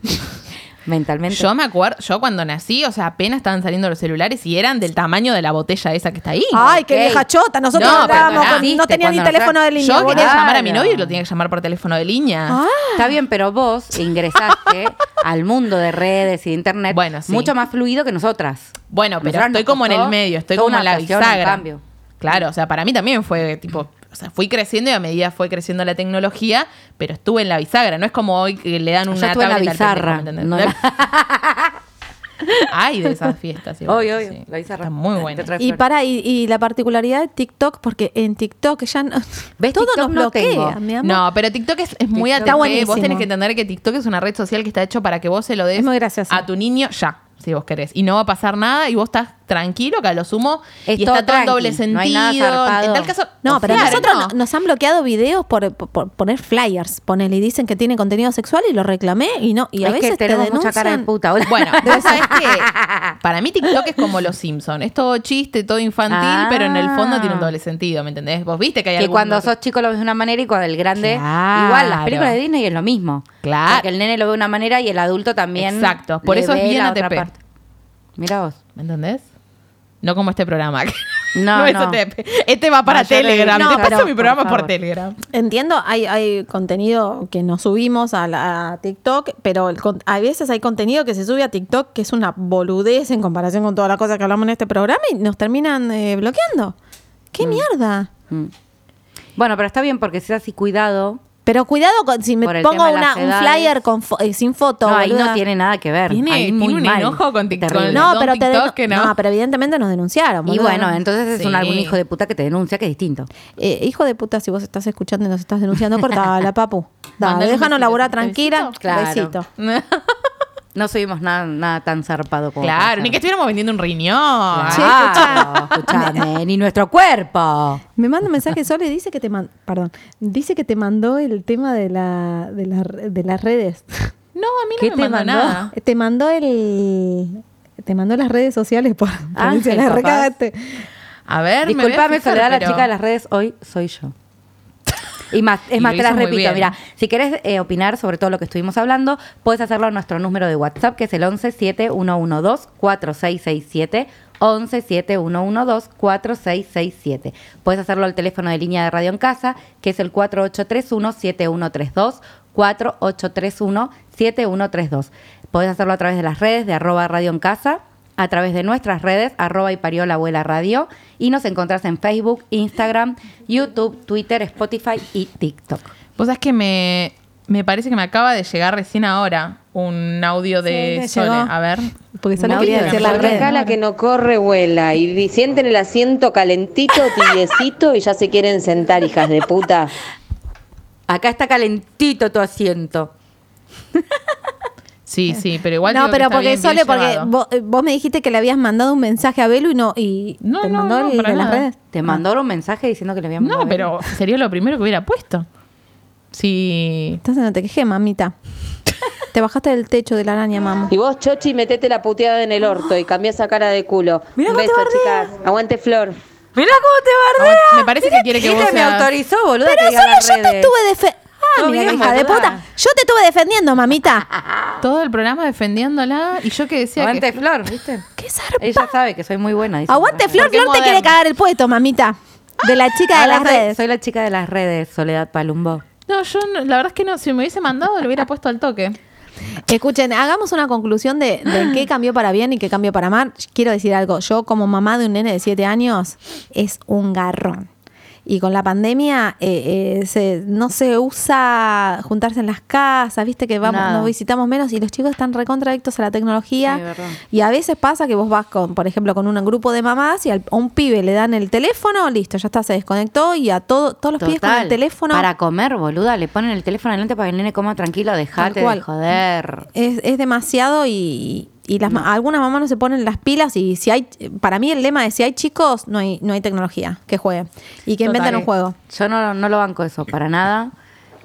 mentalmente. Yo me acuerdo, yo cuando nací, o sea, apenas estaban saliendo los celulares y eran del tamaño de la botella esa que está ahí. Ay, qué ok. vieja chota. Nosotros No, pero hablábamos pará. con- No tenía ni Cuando nosotros- teléfono de línea. Yo quería Ah, boluda. Claro. llamar a mi novio y lo tenía que llamar por teléfono de línea. Está bien, pero vos ingresaste al mundo de redes y de internet Bueno, sí. mucho más fluido que nosotras. Bueno, pero Nosotras nos estoy como en el costó medio, estoy toda como una en la cuestión, un bisagra. cambio. Claro, o sea, para mí también fue tipo, o sea, fui creciendo y a medida fue creciendo la tecnología, pero estuve en la bisagra, no es como hoy que le dan Yo una estuve en la tablet al bizarra. pendejo, ¿me entendés? no la- Ay, de esas fiestas. igual, Obvio, obvio, sí. la bizarra. Está muy Te buena. trae Ah, Y flores. para, y, y la particularidad de TikTok, porque en TikTok ya no. ¿Ves? Todo TikTok nos no bloquea, tengo. mi amor. No, pero TikTok es, es muy Está ATP. buenísimo. Vos tenés que entender que TikTok es una red social que está hecho para que vos se lo des Es muy graciosa. a tu niño ya, si vos querés. Y no va a pasar nada y vos estás tranquilo, que a lo sumo. Es y todo está todo en tranqui, doble no sentido. hay nada zarpado. en tal caso. No, o pero claro, nosotros no. no- nos han bloqueado videos por, por- por poner flyers, ponele, y dicen que tiene contenido sexual y lo reclamé y no, y a es veces que te tenemos mucha cara de denuncian. puta. boludo. Bueno, vos sabés que para mí TikTok es como los Simpsons. Es todo chiste, todo infantil, Ah. pero en el fondo tiene un doble sentido, ¿me entendés? Vos viste que hay que algún cuando otro- sos chico lo ves de una manera y cuando el grande. Claro. Igual, las películas de Disney es lo mismo. Claro. Porque el nene lo ve de una manera y el adulto también. Exacto, por le eso es ve bien la otra ATP. parte. Mira vos. ¿Me entendés? No como este programa. No, es no. ATP. Este va para No, yo le- Telegram. no, Te paso pero, mi programa por por, favor. Telegram. Entiendo, hay, hay contenido que nos subimos a, la, a TikTok, pero el con- a veces hay contenido que se sube a TikTok que es una boludez en comparación con toda la cosa que hablamos en este programa y nos terminan eh, bloqueando. Mm. ¡Qué mierda! Bueno, pero está bien porque si es así, cuidado. Pero cuidado con, si me Por el pongo tema de las una- un edades. flyer con fo- eh, sin foto. no, ahí no boluda. tiene nada que ver. Tiene- Ahí tiene muy un mal. enojo con TikTok. Terrible. No, No, Don pero te TikTok denu- que no. pero evidentemente nos denunciaron. Y boluda. bueno, entonces es un Sí. algún hijo de puta que te denuncia que es distinto. Eh, hijo de puta, si vos estás escuchando y nos estás denunciando, cortala, papu. Dale, Mandale un déjanos besito, laburar ¿te besito? tranquila. Claro. Besito. No subimos nada, nada tan zarpado como. claro, ni que estuviéramos vendiendo un riñón. Ah, Sí. Claro, escuchame, ni nuestro cuerpo. Me manda un mensaje solo y dice que te man- perdón, dice que te mandó el tema de la de, la- de las redes. No, a mí ¿Qué no te me mandó mandó? nada. Te mandó el te mandó las redes sociales por, por Ah, Ángel, se la capaz. recagaste. A ver, me voy a Disculpame, fijar, Soledad, la pero- chica de las redes hoy soy yo. Y más, es Y más, lo te las hizo muy repito, bien. mira, si querés eh, opinar sobre todo lo que estuvimos hablando, puedes hacerlo a nuestro número de WhatsApp, que es el 1171124667, 1171124667. Puedes hacerlo al teléfono de línea de radio en casa, que es el 4831-7132, 4831-7132. Podés hacerlo a través de las redes de arroba radio en casa, a través de nuestras redes, arroba y parió la abuela radio, y nos encontrás en Facebook, Instagram, YouTube, Twitter, Spotify y TikTok. Vos sabés que me, me parece que me acaba de llegar recién ahora un audio de Sí, me Sole. llegó. A ver. Porque solo No, quería bien, decir las porque Porque redes. acá la que no corre vuela y vi- sienten el asiento calentito, tibiecito y ya se quieren sentar, hijas de puta. Acá está calentito tu asiento. Sí, sí, pero igual. No, digo que pero está porque bien, solo bien porque llevado. vos, eh, vos me dijiste que le habías mandado un mensaje a Belu y no y No, te no, mandó no, el para de las nada. redes. Te mandaron un mensaje diciendo que le habían No, pero sería lo primero que hubiera puesto. Sí. Entonces no te quejes, mamita. te bajaste del techo de la araña, mamá. Y vos, Chochi, metete la puteada en el orto y cambia esa cara de culo. Mirá Un cómo te beso, bardea. chicas. Aguante, Flor. Mira cómo te bardea. Aguante, me parece que quiere que Ella vos me seas- autorizó, boludo. Pero solo yo te estuve defendiendo. Ah, Todo mira, bien, hija de boluda. puta. Yo te estuve defendiendo, mamita. Todo el programa defendiéndola y yo que decía Aguante que. Flor, ¿viste? Qué zarpa. Ella sabe que soy muy buena. dice. Aguante, Flor, Porque Flor te moderno. Ah, quiere cagar el puesto, mamita. De la chica de Ahora las soy- redes. Soy la chica de las redes, Soledad Palumbo. No, yo no- la verdad es que no. Si me hubiese mandado, lo hubiera puesto al toque. Escuchen, hagamos una conclusión de, de qué cambió para bien y qué cambió para mal. Quiero decir algo, yo como mamá de un nene de 7 años es un garrón. Y con la pandemia eh, eh, se- no se usa juntarse en las casas, viste que vamos, Nada. nos visitamos menos y los chicos están recontradictos a la tecnología. Sí, verdad. y a veces pasa que vos vas con, por ejemplo, con un grupo de mamás y al- a un pibe le dan el teléfono, listo, ya está, se desconectó y a todo, todos los pibes con el Total. teléfono. Para comer, boluda. Le ponen el teléfono adelante para que el nene coma tranquilo. Dejate cual. de joder. Es, es demasiado y, y las, ma- algunas mamás no se ponen las pilas y si hay, para mí el lema es si hay chicos no hay, no hay tecnología que jueguen y que inventen Total. un juego. Yo no, no lo banco eso para nada.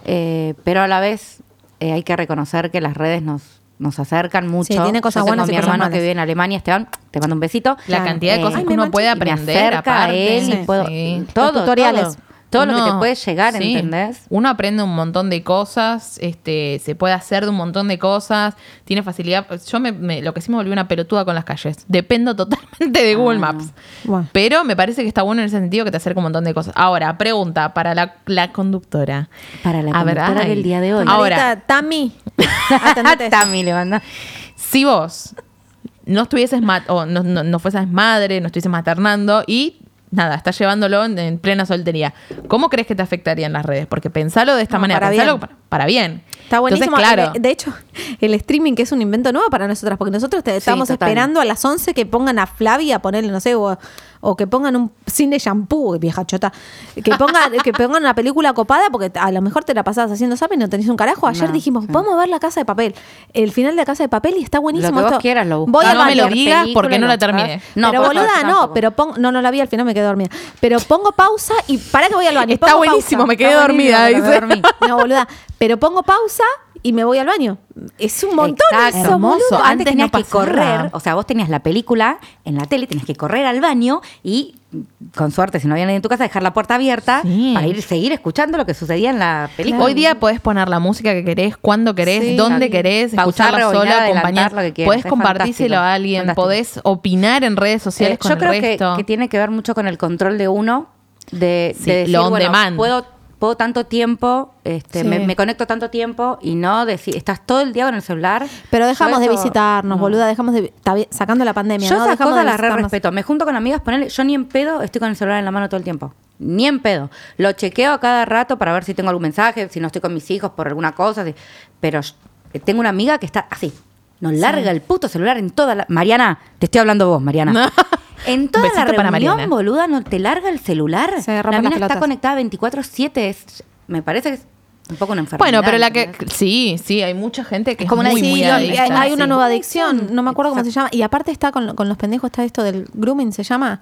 Eh, pero a la vez eh, hay que reconocer que las redes nos, nos acercan mucho. tiene cosas Yo tengo buenas y mi cosas hermano malas. que vive en Alemania, Esteban, te mando un besito. Eh, La Claro. cantidad de cosas Ay, que me uno mancha- puede y aprender. me acerca aparte. a él y sí. puedo, Sí. todo, Los tutoriales. todo, todo lo que te Uno- puede llegar, sí. ¿entendés? Uno aprende un montón de cosas, este, se puede hacer de un montón de cosas, tiene facilidad. Yo me, me- lo que sí me volví una pelotuda con las calles. Dependo totalmente de Google Ah. Maps. Bueno. Pero me parece que está bueno en ese sentido que te acerca un montón de cosas. Ahora, pregunta para la, la conductora. Para la A ver, conductora ay. del día de hoy. Ahora, Marita, Tami, atendete. Tami le manda. si vos no estuvieses ma- o no, no- no fueses madre, no estuvieses maternando y nada, estás llevándolo en, en plena soltería. ¿Cómo crees que te afectaría en las redes? Porque pensalo de esta No, manera, para pensalo bien. para, para bien. Está buenísimo. Eh, Entonces, claro. De hecho, el streaming que es un invento nuevo para nosotras, porque nosotros te estamos total. esperando a las 11 que pongan a Flavia, ponerle, no sé, o, o que pongan un cine shampoo, vieja chota, que pongan, que pongan una película copada, porque a lo mejor te la pasabas haciendo zapping y no tenés un carajo. Ayer No, dijimos, sí. vamos a ver la casa de papel, el final de la casa de papel y está buenísimo. Lo que vos esto. quieras lo buscas. Voy al No me lo baño. digas porque no la terminé. terminé. pero boluda, no, pero pongo, no, no la vi, al final me quedé dormida. Pero pongo pausa y para que voy al baño. Está pongo buenísimo, pausa. me quedé Está buenísimo, dormida, pero me dice. dormí. No, boluda. Pero pongo pausa y me voy al baño. Es un montón Exacto. eso, Hermoso. boludo. Antes Antes no tenías que pasaba. correr, o sea, vos tenías la película en la tele, tenías que correr al baño y con suerte, si no había nadie en tu casa, dejar la puerta abierta Sí. para ir seguir escuchando lo que sucedía en la película. Hoy día podés poner la música que querés, cuando querés, Sí. dónde querés, Pausar, escucharla rebobinar, sola, adelantar, acompañar. lo que quieras. Podés Es compartírselo fantástico. a alguien, Fantástico. podés opinar en redes sociales Eh, con yo el creo que- resto. Que, tiene que ver mucho con el control de uno, de, Sí, de decir, lo on bueno, demand. puedo, puedo tanto tiempo, este, Sí. me, me conecto tanto tiempo y no decir, estás todo el día con el celular. Pero Yo dejamos de eso- visitarnos, no. boluda, dejamos de está bien, sacando la pandemia, Yo ¿no? esas Dejamos cosas de las re visitarnos. respeto. Me junto con amigas, ponele, yo ni en pedo estoy con el celular en la mano todo el tiempo. Ni en pedo. Lo chequeo a cada rato para ver si tengo algún mensaje, si no estoy con mis hijos por alguna cosa. si- Pero sh- tengo una amiga que está así. Nos larga el puto celular en toda la... Mariana, te estoy hablando vos, Mariana. No. En toda Besito la para reunión, Mariana. boluda, no te larga el celular. Se rompen la las mina está pelotas. conectada 24-7. es- me parece que es un poco una enfermedad. bueno, pero la que. ¿entendés? Sí, sí, hay mucha gente que Como una es muy, muy adicción, adicta. hay, hay una sí. nueva adicción, no me acuerdo cómo se llama. Y aparte está con, con los pendejos, está esto del grooming, se llama,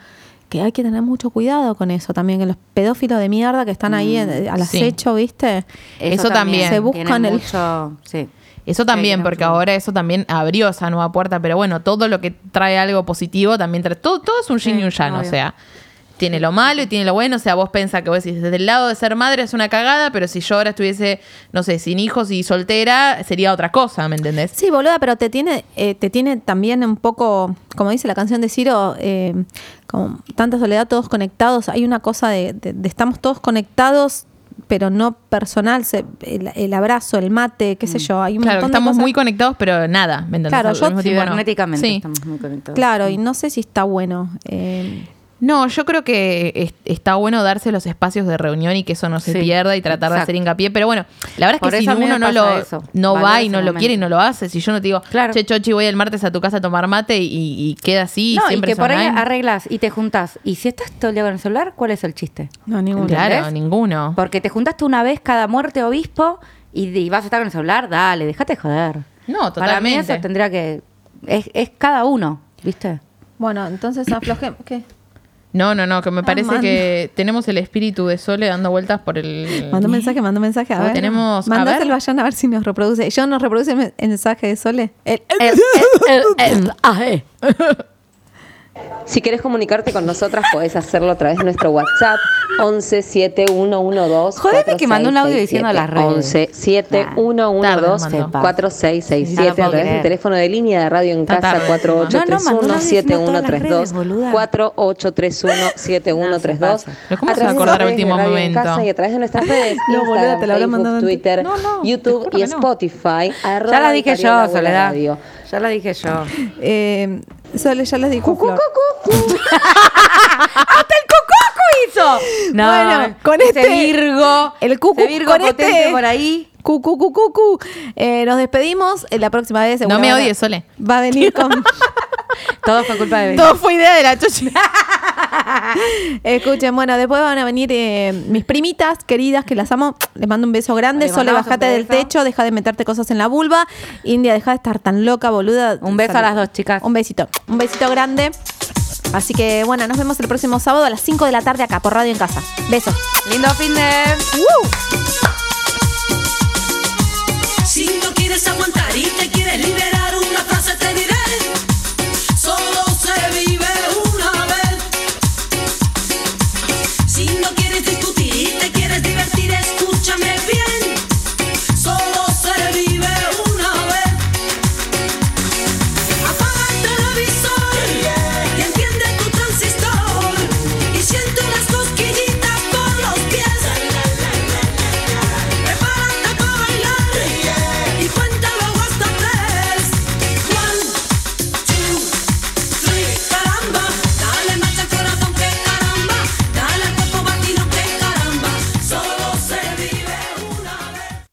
que hay que tener mucho cuidado con eso también, que los pedófilos de mierda que están ahí eh, al Mm, sí. acecho, ¿viste? Eso también. Se buscan tiene el- mucho- sí. Eso Sí, también, no, porque sí. ahora eso también abrió esa nueva puerta, pero bueno, todo lo que trae algo positivo también trae. Todo, todo es un yin y un yang, o obvio. sea. Tiene lo malo y tiene lo bueno, o sea, vos pensás que vos decís, desde el lado de ser madre es una cagada, pero si yo ahora estuviese, no sé, sin hijos y soltera, sería otra cosa, ¿me entendés? Sí, boluda, pero te tiene, eh, te tiene también un poco, como dice la canción de Ciro, eh, como tanta soledad, todos conectados. Hay una cosa de, de- de estamos todos conectados, pero no personal. se- el, el abrazo, el mate, qué sé yo. Hay un Mm. Claro, que montón de estamos cosas. muy conectados, pero nada, ¿me entendés? Claro, Al yo mismo tiempo no. Cibernéticamente Sí. estamos muy conectados. Claro, y no sé si está bueno. eh, No, yo creo que es- está bueno darse los espacios de reunión y que eso no se Sí, pierda y tratar de exacto. hacer hincapié. Pero bueno, la verdad Por es que si eso a mí uno me no pasa lo eso. no Valoro va y ese no lo momento. quiere y no lo hace, si yo no te digo, Claro. che, Chochi, voy el martes a tu casa a tomar mate y, y queda así, no, y siempre que es por ahí online. arreglas y te juntás. Y si estás todo el día con el celular, ¿cuál es el chiste? no, ninguno. Claro, ¿entendés? ninguno. Porque te juntaste una vez cada muerte obispo y, y vas a estar con el celular, dale, déjate joder. No, Para mí eso totalmente. tendría que... Es, es cada uno, ¿viste? Bueno, entonces afloje. ¿Qué? No, no, no, que Ah, me parece manda. que tenemos el espíritu de Sole dando vueltas por el... Mandó un mensaje, mandó un mensaje. A Ahora ver. tenemos- a ver. Mandáselo a Jan a ver si nos reproduce. Yo nos reproduce el me- el mensaje de Sole. El- Si querés comunicarte con nosotras, podés hacerlo a través de nuestro WhatsApp 11 7112 Jodeme que mandó un audio diciendo las redes. Ah, 11 Tarde lo 7112 mandó. No 4667 lo puedo a través creer. del teléfono de línea de Radio en Está Casa tarde, no, no, mandó un 4831 audio diciendo todas las redes, 7132 boluda. 4831 7132 No, se Pero ¿cómo a se va a través de acordar a redes de último Radio en momento? Casa y a través de nuestras redes No, boluda, Instagram, te lo habrá mandado Facebook, en- Twitter, No, no, te YouTube juro y que no. Spotify. Ya arroba la dije Italia yo, Laura Soledad. Radio. Ya la dije yo. eh, Sole, ya les dijo. Flor. hizo? No, Bueno, con ese este- Virgo, el cucu, ese Virgo con potente este- por ahí. Cu, cu, cu, cu, cu. Eh, nos despedimos. Eh, La próxima vez. seguro No me ahora odies, Sole. Va a venir con. Todo fue culpa de Todo fue idea de la Chochi. Escuchen, bueno, después van a venir eh, mis primitas queridas que las amo. Les mando un beso grande. Les Sole, mandamos un bajate del beso. techo. Deja de meterte cosas en la vulva. India, deja de estar tan loca, boluda. Un beso a las dos, chicas. Un besito. Un besito grande. Así que, bueno, nos vemos el próximo sábado a las 5 de la tarde acá por Radio en Casa. Besos. Lindo fin de... Si no quieres aguantar y te quieres liberar.